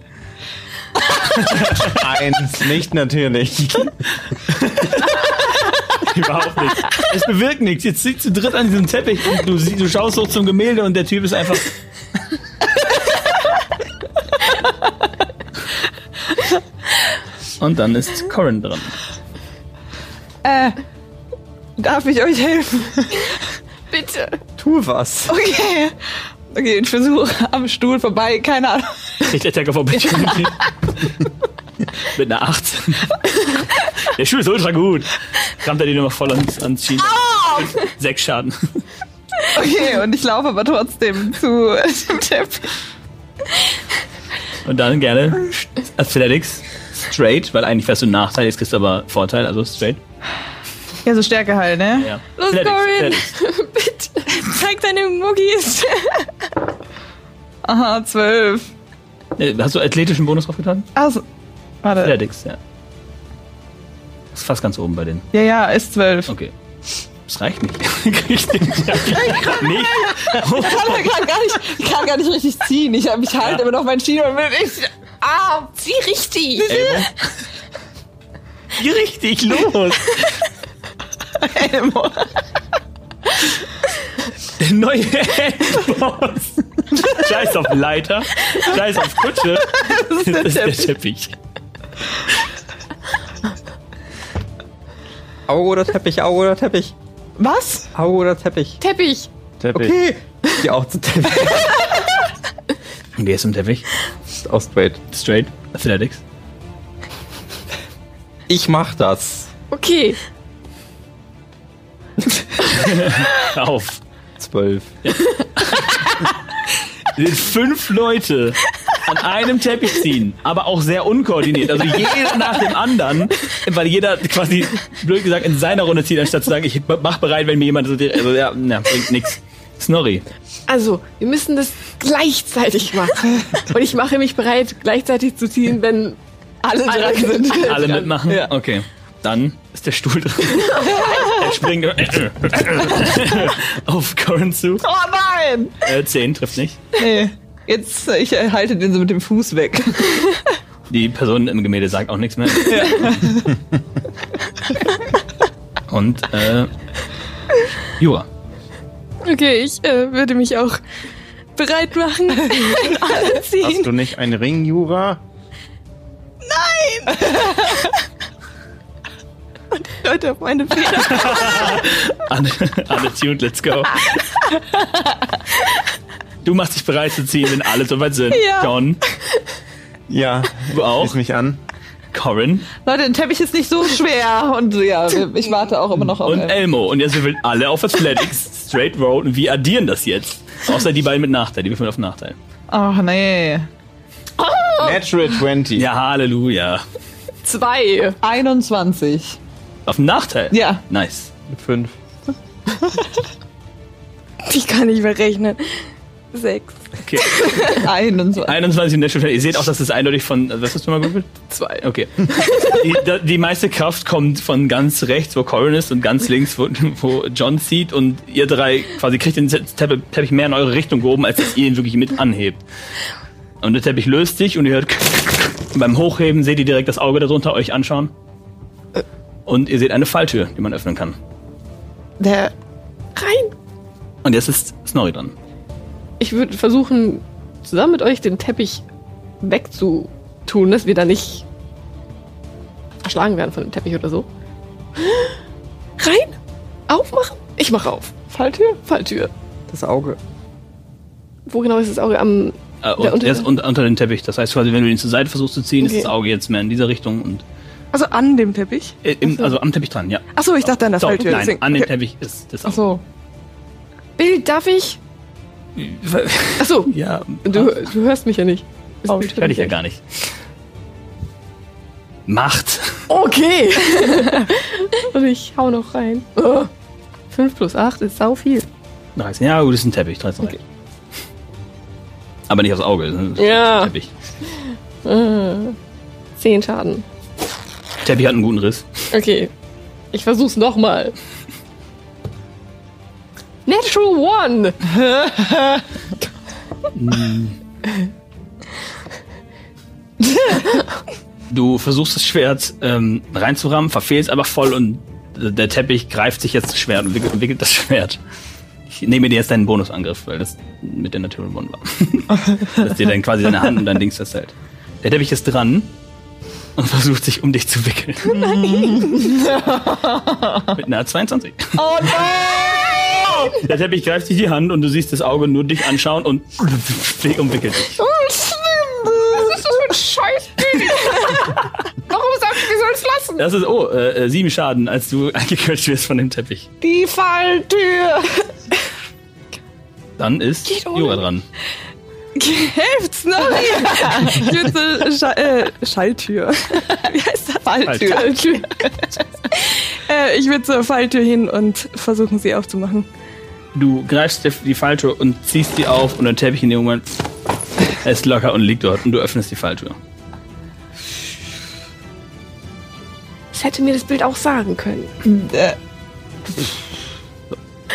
Eins, nicht natürlich.
Überhaupt nicht. Es bewirkt nichts. Jetzt sitzt du dritt an diesem Teppich und du, sie- du schaust hoch zum Gemälde und der Typ ist einfach. und dann ist Corin dran.
Äh, darf ich euch helfen?
Bitte.
Tu was.
Okay. Okay, ich versuche am Stuhl vorbei, keine Ahnung.
Kriegt Attack of Opportunity. Mit einer 8. Der Schuh ist ultra gut. Rammt er die nochmal voll ans, ans Schienen. Sechs Schaden.
Okay, und ich laufe aber trotzdem zu dem Teppich.
Und dann gerne Athletics. Straight, weil eigentlich wärst du ein Nachteil, jetzt kriegst du aber Vorteil, also straight.
Ja, so Stärke halt, ne?
Ja.
Los,
Athletics,
Corin.
Athletics.
Oh, Bitte, zeig deine Muggis.
Aha, zwölf.
Äh, Hast du athletischen Bonus draufgetan?
Also, warte.
Athletics, ja. Ist fast ganz oben bei denen.
Ja, ja, ist zwölf.
Okay. Das reicht nicht. Kriegt den nicht.
Ich kann gar nicht, ich kann gar nicht richtig ziehen. Ich, ich halte immer noch mein Schienen und will ich.
Ah, zieh richtig.
Geh richtig los.
Elmo.
Der neue Endboss. Scheiß auf Leiter. Scheiß auf Kutsche. Das ist der, Teppich.
Auge oder Teppich, Auge oder Teppich.
Was?
Auge oder Teppich.
Teppich.
Teppich.
Okay. Geh auch zu Teppich.
Und der ist im Teppich.
Auch straight.
Straight. Athletics.
Ich mach das.
Okay.
Auf.
zwölf.
sind fünf Leute an einem Teppich ziehen, aber auch sehr unkoordiniert. Also jeder nach dem anderen, weil jeder quasi, blöd gesagt, in seiner Runde zieht, anstatt zu sagen, ich mach bereit, wenn mir jemand so direkt, also ja, na, bringt nix. Snorri.
Also, wir müssen das gleichzeitig machen. Und ich mache mich bereit, gleichzeitig zu ziehen, wenn alle dran sind.
Alle mitmachen? Ja. Okay. Dann ist der Stuhl dran. er springt auf Corin zu.
Oh nein!
Äh, zehn trifft nicht.
Nee. Jetzt, äh, ich äh, halte den so mit dem Fuß weg.
Die Person im Gemälde sagt auch nichts mehr. Und äh, Jura.
Okay, ich äh, würde mich auch bereit machen. Wenn alle
Hast
ziehen.
du nicht einen Ring, Jura?
Leute, auf meine Feder.
Anne, Anne tuned, let's go. Du machst dich bereit zu ziehen, wenn alle soweit sind.
Ja.
John,
Ja.
du auch.
Schließ mich an.
Corin
Leute, der Teppich ist nicht so schwer. Und ja, wir- ich warte auch immer noch auf
und
Elf.
Elmo. Und jetzt würfeln alle auf Athletics, Straight Roll. Und wir addieren das jetzt. Außer die beiden mit Nachteil. Die würfeln auf Nachteil.
Ach nee.
Natural 20.
Ja, Halleluja.
Zwei.
21.
Auf Nachteil?
Ja.
Nice.
Fünf.
Ich kann nicht mehr rechnen. Sechs.
Okay.
21.
21 im Natural Talent. Ihr seht auch, dass es eindeutig von. also Was hast du mal gewürfelt? Zwei. Okay. die, da, die meiste Kraft kommt von ganz rechts, wo Corin ist, und ganz links, wo, wo John zieht. Und ihr drei quasi kriegt den Te- Teppich Teppich mehr in eure Richtung gehoben, als dass ihr ihn wirklich mit anhebt. Und der Teppich löst sich und ihr hört. Und beim Hochheben seht ihr direkt das Auge darunter euch anschauen. Und ihr seht eine Falltür, die man öffnen kann.
Der,
Rein.
Und jetzt ist Snorri dran.
Ich würde versuchen, zusammen mit euch den Teppich wegzutun, dass wir da nicht erschlagen werden von dem Teppich oder so. Rein. Aufmachen. Ich mache auf. Falltür? Falltür.
Das Auge.
Wo genau ist das Auge? Am
Äh,
Der
und
unter-
er ist unter, unter den Teppich. Das heißt quasi, wenn du ihn zur Seite versuchst zu ziehen, ist
Okay.
das Auge jetzt mehr in dieser Richtung und
Also an dem Teppich.
äh, im, also am Teppich dran, ja.
Achso, ich dachte an der
Sorry,
Falltür.
Nein,
deswegen-
an dem
okay.
Teppich ist das
ach
Auge.
so.
Bild darf ich? Achso,
Ja,
du, du hörst mich ja nicht. Das
oh,
Bild
ich ja
nicht.
gar nicht. Macht.
Okay. Und ich hau noch rein. Oh. 5 plus 8 ist sau viel.
13. Ja, gut, ist ein Teppich. 13.
Okay.
Aber nicht aufs Auge. ne? das ist ein
Ja.
Teppich.
10 Schaden.
Teppich hat einen guten Riss.
Okay. Ich versuch's nochmal. Natural One!
Du versuchst das Schwert ähm, reinzurammen, verfehlst aber voll und äh, der Teppich greift sich jetzt das Schwert und wickelt, wickelt das Schwert. Ich nehme dir jetzt deinen Bonusangriff, weil das mit der Natural One war. dass dir dann quasi deine Hand und dein Dings festhält. Der Teppich ist dran und versucht sich um dich zu wickeln. Nein! mit einer 22.
Oh nein!
Der Teppich greift sich die Hand und du siehst das Auge nur dich anschauen und umwickelt dich.
Das ist so ein Scheißbild! Warum sagt ihr, wir sollen es lassen?
Das ist, oh, äh, äh, sieben Schaden, als du eingequetscht wirst von dem Teppich.
Die Falltür!
Dann ist
ohne.
Jura dran.
Helft's noch! ich würde so Scha äh, Schalltür. Wie heißt das?
Falltür.
Falltür. äh, ich würde zur Falltür hin und versuchen, sie aufzumachen.
Du greifst die- die Falltür und ziehst sie auf und der Teppich in dem Moment ist locker und liegt dort und du öffnest die Falltür.
Das hätte mir das Bild auch sagen können.
Der,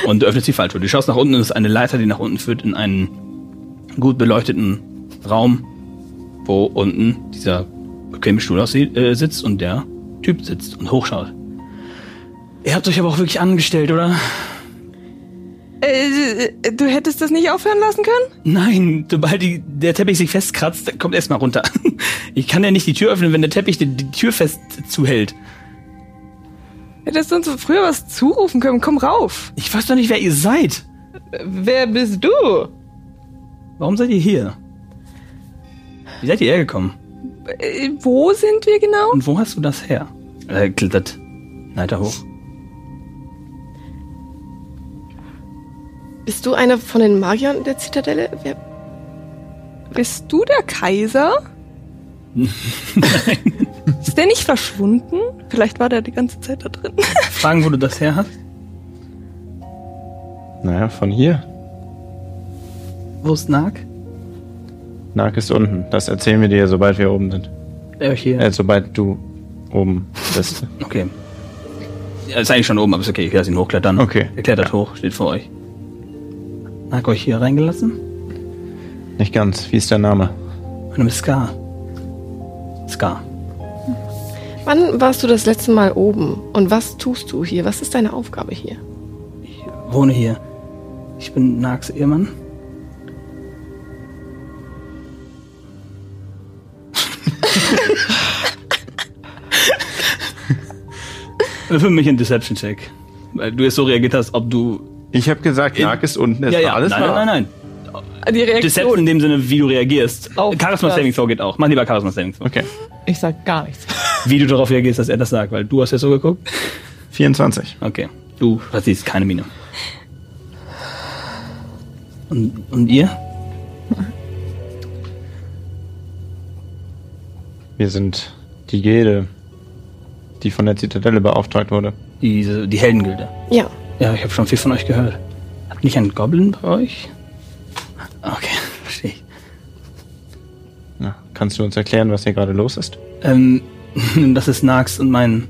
Und du öffnest die Falltür. Du schaust nach unten und es ist eine Leiter, die nach unten führt in einen gut beleuchteten Raum, wo unten dieser bequeme Stuhl aussieht, äh, sitzt und der Typ sitzt und hochschaut. Ihr habt euch aber auch wirklich angestellt, oder?
Äh, du hättest das nicht aufhören lassen können?
Nein, sobald die, der Teppich sich festkratzt, kommt erstmal runter. Ich kann ja nicht die Tür öffnen, wenn der Teppich die, die Tür fest zuhält.
Hättest du uns früher was zurufen können? Komm rauf!
Ich weiß doch nicht, wer ihr seid.
wer bist du?
Warum seid ihr hier? Wie seid ihr hergekommen?
Äh, wo sind wir genau?
Und wo hast du das her? Äh, Er klettert Leiter hoch.
Bist du einer von den Magiern der Zitadelle? Wer?
Bist du der Kaiser? Ist der nicht verschwunden? Vielleicht war der die ganze Zeit da drin.
Fragen, wo du das her hast?
Naja, von hier.
Wo ist Nag?
Nag ist unten. Das erzählen wir dir, sobald wir oben sind.
Ja, hier.
Äh, sobald du oben bist.
Okay. Ja, ist eigentlich schon oben, aber ist okay. Ich lasse ihn hochklettern.
Okay.
Er klettert hoch, steht vor euch. Nag euch hier reingelassen?
Nicht ganz. Wie ist der Name?
Mein Name ist Scar. Scar.
Wann warst du das letzte Mal oben? Und was tust du hier? Was ist deine Aufgabe hier?
Ich wohne hier. Ich bin Nags Ehemann. Für mich ein Deception-Check. Weil du jetzt so reagiert hast, ob du.
Ich habe gesagt,
Nag
ist unten. Ist
nein, nein, nein, nein.
Die
Deception
Reaktion.
in dem Sinne, wie du reagierst.
Auf
Charisma
das.
Saving Throw geht auch. Mach lieber Charisma Saving Throw.
Okay.
Ich sag gar nichts.
Wie du darauf reagierst, dass er das sagt, weil du hast ja so geguckt.
24.
Okay. Du verziehst keine Miene. Und, und ihr?
Wir sind die Gilde, die von der Zitadelle beauftragt wurde.
Diese, die Heldengilde.
Ja,
Ja, ich habe schon viel von euch gehört. Habt nicht einen Goblin bei euch? Okay, verstehe ich.
Na, kannst du uns erklären, was hier gerade los ist?
Ähm, das ist Nax und mein.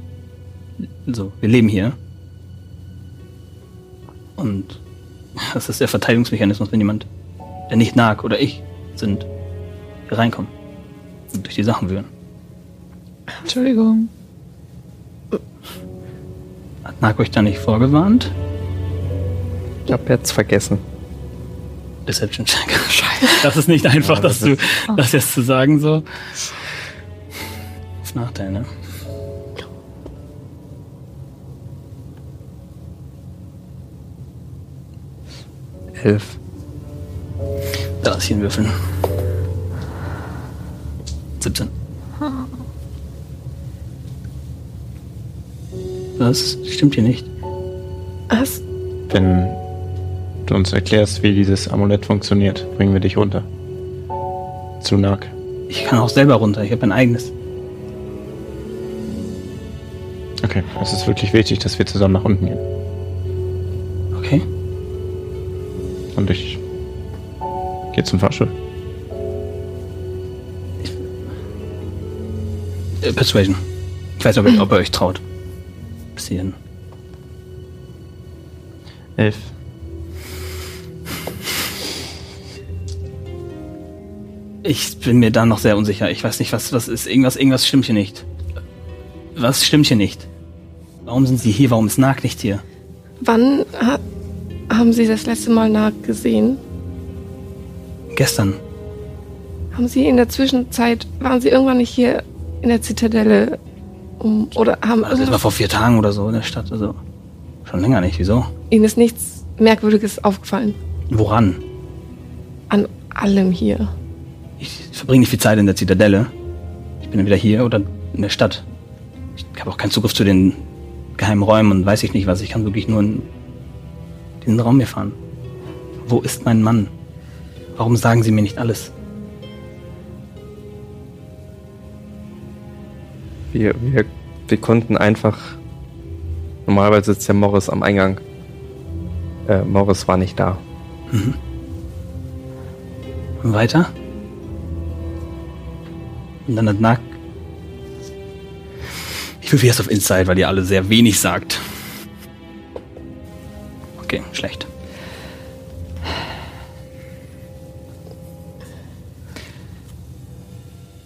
So, wir leben hier. Und das ist der Verteidigungsmechanismus, wenn jemand, der nicht Nag oder ich sind, hier reinkommen und durch die Sachen wühlen.
Entschuldigung.
Hat Nag euch da nicht vorgewarnt?
Ich hab jetzt vergessen.
Deception Check. Scheiße. Das ist nicht einfach, dass du das jetzt zu sagen so. Auf Nachteil, ne?
Elf.
Da ist hier ein Würfeln. 17. Das stimmt hier nicht.
hast,
Wenn du uns erklärst, wie dieses Amulett funktioniert, bringen wir dich runter. Zu Nag.
Ich kann auch selber runter. Ich habe ein eigenes.
Okay, es ist wirklich wichtig, dass wir zusammen nach unten gehen.
Okay.
Und ich gehe zum Fahrstuhl.
Äh, Persuasion. Ich weiß nicht, ob ihr euch traut. Bis hierhin.
Elf.
Ich bin mir da noch sehr unsicher. Ich weiß nicht, was, was ist. Irgendwas, irgendwas stimmt hier nicht. Was stimmt hier nicht? Warum sind sie hier? Warum ist Nag nicht hier?
wann ha, haben Sie das letzte Mal Nag gesehen?
Gestern.
Haben Sie in der Zwischenzeit, waren Sie irgendwann nicht hier in der Zitadelle um, oder haben
War Das Also erst mal
irgendwas-
vor vier Tagen oder so in der Stadt. Also schon länger nicht. Wieso?
Ihnen ist nichts Merkwürdiges aufgefallen
Woran?
an allem hier?
Ich verbringe nicht viel Zeit in der Zitadelle. Ich bin entweder hier oder in der Stadt. Ich habe auch keinen Zugriff zu den geheimen Räumen und weiß ich nicht was. Ich kann wirklich nur in diesen Raum hier fahren. Wo ist mein Mann? Warum sagen Sie mir nicht alles?
Wir, wir, wir konnten einfach. Normalerweise sitzt ja Morris am Eingang. Äh, Morris war nicht da.
Und weiter? Und dann hat Nack. Ich will erst auf Inside, weil ihr alle sehr wenig sagt. Okay, schlecht.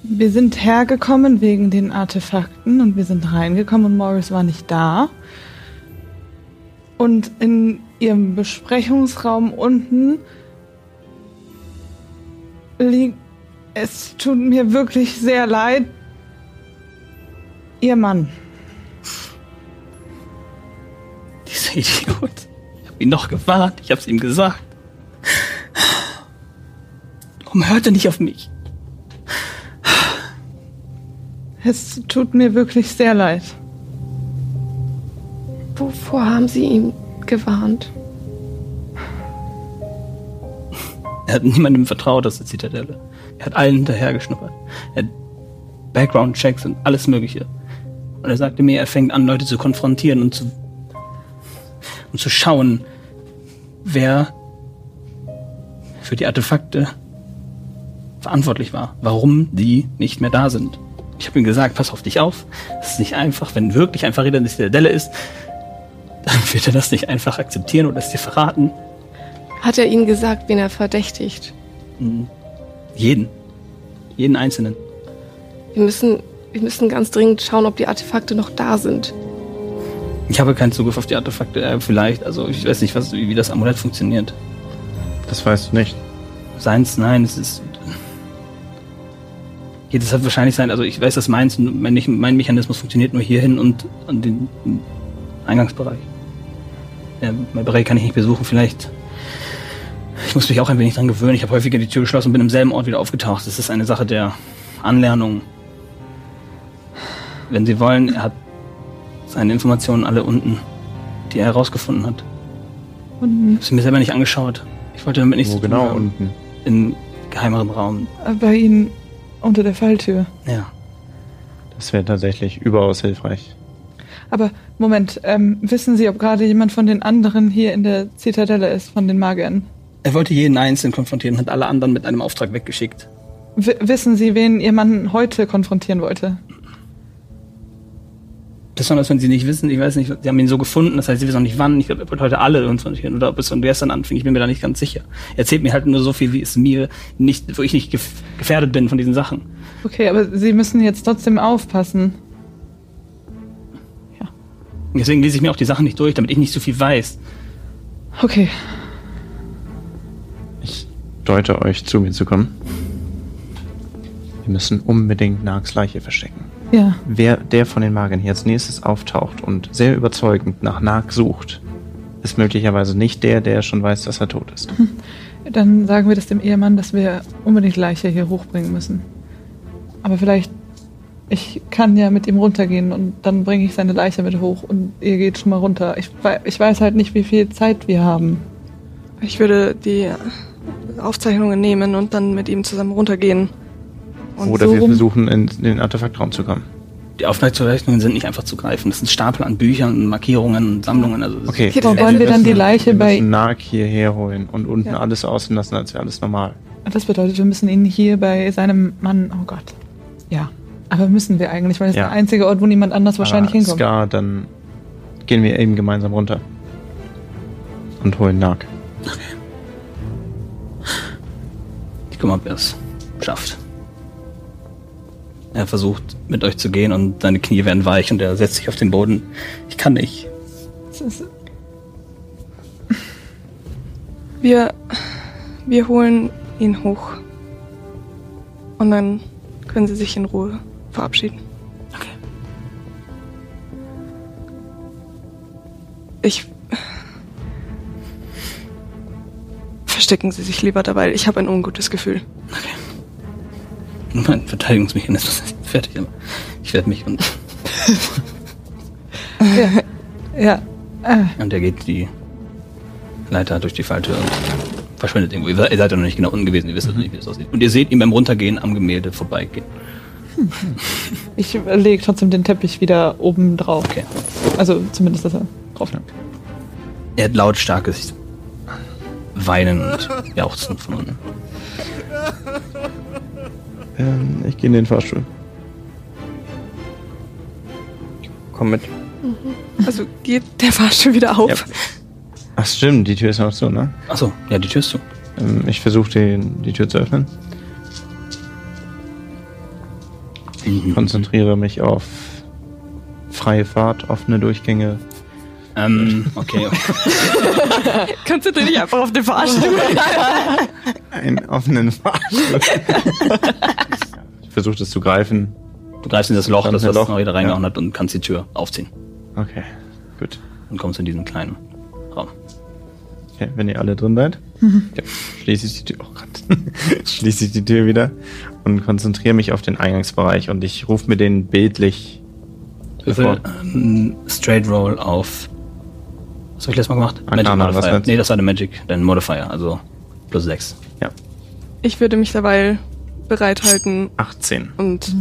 Wir sind hergekommen wegen den Artefakten und wir sind reingekommen und Morris war nicht da. Und in ihrem Besprechungsraum unten liegt. Es tut mir wirklich sehr leid. Ihr Mann.
Dieser Idiot. Ich hab ihn noch gewarnt. Ich hab's ihm gesagt. Warum hört er nicht auf mich?
Es tut mir wirklich sehr leid.
Wovor haben Sie ihn gewarnt?
Er hat niemandem vertraut aus der Zitadelle. Er hat allen hinterhergeschnuppert. Er hat Background-Checks und alles Mögliche. Und er sagte mir, er fängt an, Leute zu konfrontieren und zu, und zu schauen, wer für die Artefakte verantwortlich war, warum die nicht mehr da sind. Ich habe ihm gesagt, pass auf dich auf. Das ist nicht einfach. Wenn wirklich ein Verräter in der Zitadelle ist, dann wird er das nicht einfach akzeptieren oder es dir verraten.
Hat er ihnen gesagt, wen er verdächtigt?
Jeden. Jeden Einzelnen.
Wir müssen, wir müssen ganz dringend schauen, ob die Artefakte noch da sind.
Ich habe keinen Zugriff auf die Artefakte. Äh, vielleicht, also ich weiß nicht, was, wie, wie das Amulett funktioniert.
Das weißt du nicht.
Seins, nein, es ist. Geht es halt wahrscheinlich sein, also ich weiß, dass meins, mein, nicht- mein Mechanismus funktioniert nur hierhin und an den Eingangsbereich. Ja, mein Bereich kann ich nicht besuchen, vielleicht. Ich muss mich auch ein wenig dran gewöhnen. Ich habe häufiger die Tür geschlossen und bin im selben Ort wieder aufgetaucht. Das ist eine Sache der Anlernung. Wenn Sie wollen, er hat seine Informationen alle unten, die er herausgefunden hat.
Und
Ich habe sie mir selber nicht angeschaut. Ich wollte damit nichts
Wo
zu tun
genau
haben.
unten?
in geheimeren Raum.
äh, bei ihnen unter der Falltür.
Ja.
Das wäre tatsächlich überaus hilfreich.
Aber Moment, ähm, wissen Sie, ob gerade jemand von den anderen hier in der Zitadelle ist, von den Magiern?
Er wollte jeden einzeln konfrontieren und hat alle anderen mit einem Auftrag weggeschickt.
W wissen Sie, wen Ihr Mann heute konfrontieren wollte?
Besonders wenn sie nicht wissen, ich weiß nicht, sie haben ihn so gefunden, das heißt, sie wissen auch nicht wann. Ich glaube, er wird heute alle konfrontieren oder ob es von gestern anfing, ich bin mir da nicht ganz sicher. Er erzählt mir halt nur so viel, wie es mir nicht, wo ich nicht gef gefährdet bin von diesen Sachen.
Okay, aber Sie müssen jetzt trotzdem aufpassen.
Und deswegen lese ich mir auch die Sachen nicht durch, damit ich nicht so viel weiß.
Okay,
Ich deute euch, zu mir zu kommen. Wir müssen unbedingt Nags Leiche verstecken.
ja.
Wer der von den Magiern hier als nächstes auftaucht und sehr überzeugend nach Nag sucht, ist möglicherweise nicht der, der schon weiß, dass er tot ist.
Mhm. Dann sagen wir das dem Ehemann, dass wir unbedingt Leiche hier hochbringen müssen. Aber vielleicht, ich kann ja mit ihm runtergehen und dann bringe ich seine Leiche mit hoch und ihr geht schon mal runter. Ich, wei- ich weiß halt nicht, wie viel Zeit wir haben.
Ich würde die Aufzeichnungen nehmen und dann mit ihm zusammen runtergehen. Und
Oder
so
wir
rum-
versuchen, in den Artefaktraum zu kommen.
Die Auftragsrechnungen sind nicht einfach zu greifen. Das sind Stapel an Büchern und Markierungen und Sammlungen. Also das-
Okay.
Wo wollen wir dann die Leiche
wir
bei.
müssen Nag hierher holen und unten
Ja.
alles aussehen lassen, als wäre alles normal.
Das bedeutet, wir müssen ihn hier bei seinem Mann. Oh Gott. Ja. Aber müssen wir eigentlich, weil das
Ja. Ah,
ist der einzige Ort, wo niemand anders wahrscheinlich
Aber
hinkommt.
Scar, dann gehen wir eben gemeinsam runter und holen Nag.
Ich guck mal, ob er es schafft. Er versucht, mit euch zu gehen und seine Knie werden weich und er setzt sich auf den Boden. Ich kann nicht.
Das ist-
Wir, wir holen ihn hoch. Und dann können sie sich in Ruhe verabschieden.
Okay.
Ich. Verstecken Sie sich lieber dabei. Ich habe ein ungutes Gefühl.
Mein Verteidigungsmechanismus ist fertig. aber Ich werde mich und,
Ja.
und er geht die Leiter durch die Falltür und verschwindet irgendwo. Ihr seid- ihr seid ja noch nicht genau unten gewesen, ihr wisst also nicht, wie das aussieht. Und ihr seht ihn beim Runtergehen am Gemälde vorbeigehen.
Ich lege trotzdem den Teppich wieder oben drauf.
Okay.
Also zumindest, dass er drauf liegt.
Er hat lautstarkes Weinen und Jauchzen von unten.
Ähm, ich gehe in den Fahrstuhl.
Komm mit.
Also geht der Fahrstuhl wieder auf.
Ach stimmt, die Tür ist noch zu, ne?
Achso, ja, die Tür ist zu.
Ähm, ich versuche die, die Tür zu öffnen. Konzentriere mich auf freie Fahrt, offene Durchgänge.
Ähm, okay, okay.
Kannst du dich einfach auf den Fahrstuhl?
Einen offenen Fahrstuhl. ich versuche das zu greifen.
Du greifst in das Loch,
Dann
das
ein
was
Loch,
Nori da reingehauen hat, und kannst die Tür aufziehen.
Okay, gut.
Und kommst in diesen kleinen Raum.
Okay, wenn ihr alle drin seid, ja, schließe ich die Tür. Oh Gott. schließe ich die Tür wieder und konzentriere mich auf den Eingangsbereich und ich rufe mir den bildlich
Würfel ähm, Straight Roll auf. Was habe ich letztes Mal gemacht?
Arcana, Ah, was
Modifier.
meinst du?
Nee, das war der Magic, dein Modifier. Also Plus 6.
Ich würde mich dabei bereithalten
18.
und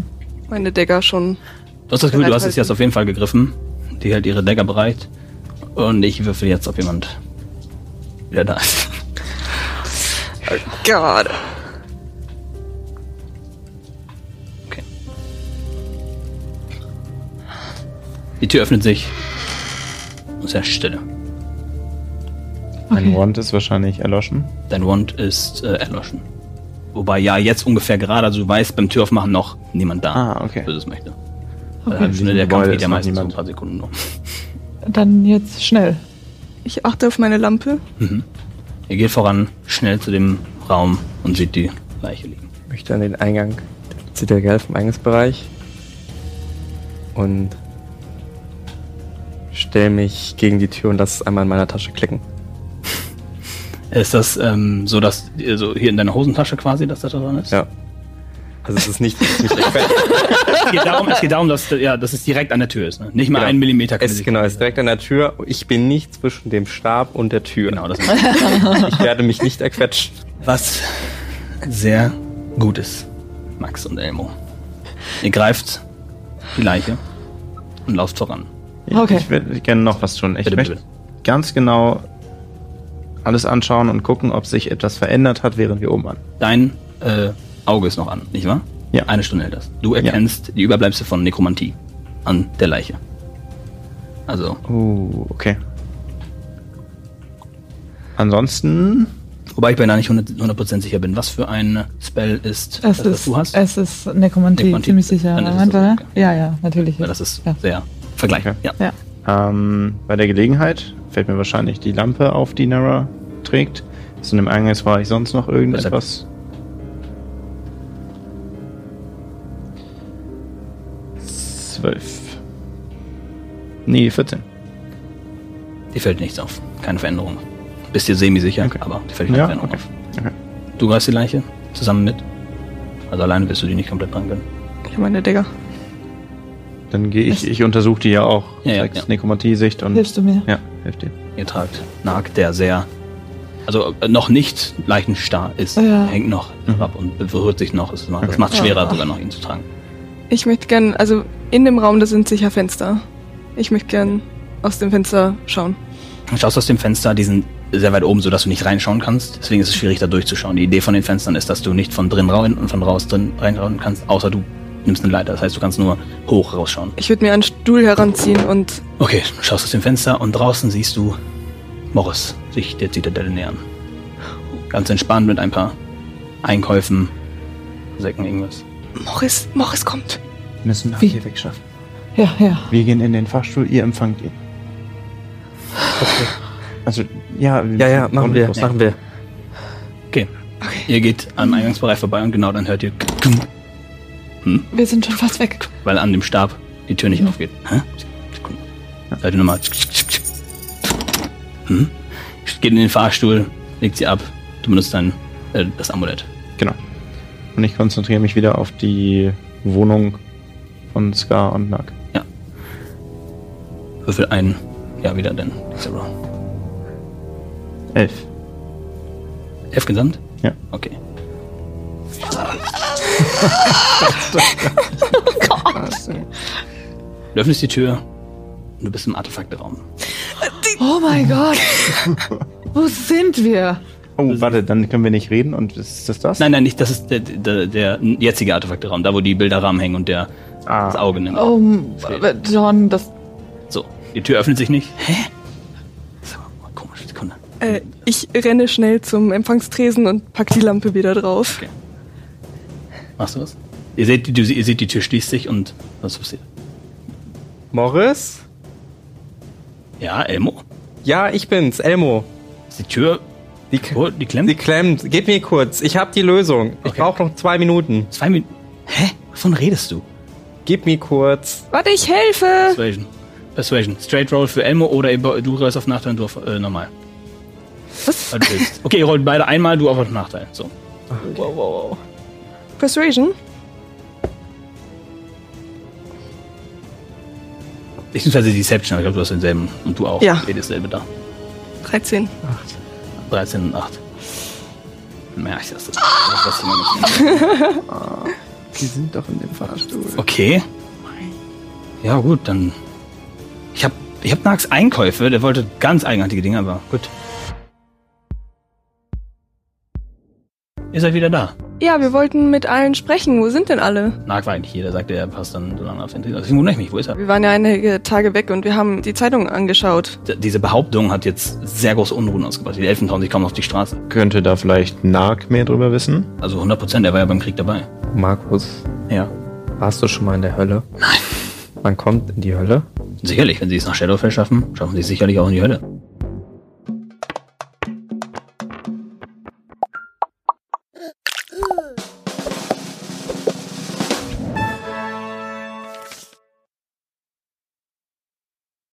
meine Dagger schon.
Du hast das Gefühl, du hast
Bereithalten.
es jetzt auf jeden Fall gegriffen. Die hält ihre Dagger bereit. Und ich würfel jetzt, ob jemand wieder da ist.
Gerade.
Die Tür öffnet sich. Und es ist Stille.
Mein Wand ist wahrscheinlich erloschen.
Dein Wand ist äh, erloschen. Wobei ja jetzt ungefähr gerade, also du weißt, beim Türaufmachen noch niemand da,
Ah, okay.
böses möchte.
Okay.
Eine halbe Stunde,
In diesem
Also der Kampf
Gebäude
geht ja
ist noch
meistens so ein
niemand.
paar Sekunden nur.
Dann jetzt schnell.
Ich achte auf meine Lampe.
Ihr geht voran, schnell zu dem Raum und sieht die Leiche liegen.
Ich möchte an den Eingang der Zitadelle vom Eingangsbereich und stelle mich gegen die Tür und lasse es einmal in meiner Tasche klicken.
Ist das ähm, so, dass also hier in deiner Hosentasche quasi, dass das da dran ist?
Ja. Also es ist nicht, es ist nicht rechtfertigt.
Es geht darum, es geht darum dass, ja, dass es direkt an der Tür ist. Ne? Nicht mal
Genau.
einen Millimeter
es, genau, es ist direkt an der Tür. Ich bin nicht zwischen dem Stab und der Tür.
genau, das
Ich werde mich nicht erquetschen.
Was sehr gut ist, Max und Elmo. Ihr greift die Leiche und lauft voran.
Okay.
Ich würde gerne noch was tun. Ich
Bitte,
möchte
bitte,
ganz genau alles anschauen und gucken, ob sich etwas verändert hat, während wir oben waren.
Dein äh, Auge ist noch an, nicht wahr?
Ja.
Eine Stunde hält das. Du erkennst die Überbleibsel von Nekromantie an der Leiche. Also,
Oh, okay. Ansonsten
wobei ich beinahe nicht 100%, 100 sicher bin, was für ein Spell
Es
ist das, was
ist,
du hast?
es ist Nekromantie,
Nekromantie.
ziemlich sicher.
Dann ist es
Moment,
das,
warte.
okay.
Ja, ja, natürlich.
Weil das ist
ja.
sehr vergleichbar.
Okay.
Ja.
ja.
Ähm, bei der Gelegenheit fällt mir wahrscheinlich die Lampe auf, die Nara trägt. Ist in dem Eingangsbereich sonst noch irgendetwas? Zwölf. Nee, 14.
Dir fällt nichts auf. Keine Veränderung. Bist dir semi-sicher,
Okay.
aber dir fällt keine
Ja,
Veränderung
okay.
auf.
okay.
Du greifst die Leiche zusammen mit. Also alleine wirst du die nicht komplett dran können.
Ich habe meine Dagger.
Dann gehe ich,
Was?
ich untersuche die ja auch.
Ja, ja,
Sechs
ja.
Nekromantie-Sicht und.
Hilfst du mir?
Ja, hilft dir.
Ihr tragt Nag, der sehr, also äh, noch nicht leichenstarr ist.
Ja.
Er Hängt noch ab und berührt sich noch. Es macht- Das macht es schwerer, sogar noch ihn zu tragen.
Ich möchte gern, also in dem Raum, da sind sicher Fenster. Ich möchte gern aus dem Fenster schauen.
Du schaust aus dem Fenster, die sind sehr weit oben, sodass du nicht reinschauen kannst. Deswegen ist es schwierig, da durchzuschauen. Die Idee von den Fenstern ist, dass du nicht von drin rein und von raus drin reinschauen kannst, außer du nimmst eine Leiter. Das heißt, du kannst nur hoch rausschauen.
Ich würde mir einen Stuhl heranziehen und
Okay, du schaust aus dem Fenster und draußen siehst du Morris sich der Zitadelle nähern. Ganz entspannt mit ein paar Einkäufen, Säcken, irgendwas.
Morris, Morris kommt.
Wir müssen Nara
Wie?
hier wegschaffen.
Ja, ja.
Wir gehen in den Fahrstuhl, ihr empfangt ihn. Also, ja.
Ja, ja, machen wir, machen wir.
Okay. Ihr geht am Eingangsbereich vorbei und genau dann hört ihr,
Wir sind schon fast weg.
weil an dem Stab die Tür nicht aufgeht. Hä? Sekunde. Seid ihr nochmal. Hm? Geht in den Fahrstuhl, legt sie ab. Du benutzt dein, äh, das Amulett.
Genau. Und ich konzentriere mich wieder auf die Wohnung von Scar und Nack.
Würfel ein. Ja, wieder denn. Zero.
Elf.
Elf gesamt?
Ja.
Okay. Du öffnest die Tür und du bist im Artefaktraum.
Oh mein Gott. Wo sind wir?
Oh, warte, dann können wir nicht reden und ist das das?
Nein, nein, nicht, das ist der, der, der jetzige Artefaktraum, da wo die Bilderrahmen hängen und der das
Ah,
Auge nimmt.
Oh, m- John, das.
So, die Tür öffnet sich nicht. Hä? Das ist aber mal komisch, Sekunde.
Äh, ich renne schnell zum Empfangstresen und pack die Lampe wieder drauf.
Okay. Machst du was? Ihr seht, die- du, ihr seht, die Tür schließt sich und was passiert?
Morris?
Ja, Elmo?
Ja, ich bin's, Elmo.
Ist die Tür
Die,
oh, die klemmt?
die klemmt. Gib mir kurz. Ich habe die Lösung. Ich
Okay.
brauche noch zwei Minuten.
Zwei Minuten. Hä? Wovon redest du?
Gib mir kurz.
Warte, ich helfe!
Persuasion. Persuasion. Straight Roll für Elmo oder ihr bo- du rollst auf Nachteil und du auf äh, normal. Was? Du willst. okay, ihr rollt beide einmal, du auf auf Nachteil. So.
Persuasion?
Beziehungsweise Deception, aber ich glaube, du hast denselben. Und du auch.
Ja.
Ihr dasselbe da.
13.
13 und 8. Naja, ich lasse das. das lass ich mal nicht nehmen.
Die sind doch in dem Fahrstuhl.
okay. Ja, gut, dann. Ich hab, ich hab Nags Einkäufe, der wollte ganz eigenartige Dinge, aber gut. Ihr seid wieder da.
Ja, wir wollten mit allen sprechen. Wo sind denn alle?
Nag war eigentlich hier, der sagte, er passt dann so lange auf den Trichter. Deswegen wundere ich mich, wo ist er?
Wir waren ja einige Tage weg und wir haben die Zeitung angeschaut.
D- Diese Behauptung hat jetzt sehr große Unruhen ausgebracht. Die Elfen trauen sich kaum auf die Straße.
Könnte da vielleicht Nark mehr drüber wissen?
Also 100 Prozent, er war ja beim Krieg dabei.
Markus,
Ja.
warst du schon mal in der Hölle? Nein. Man kommt in die Hölle?
Sicherlich, wenn sie es nach Shadowfell schaffen, schaffen sie es sicherlich auch in die Hölle.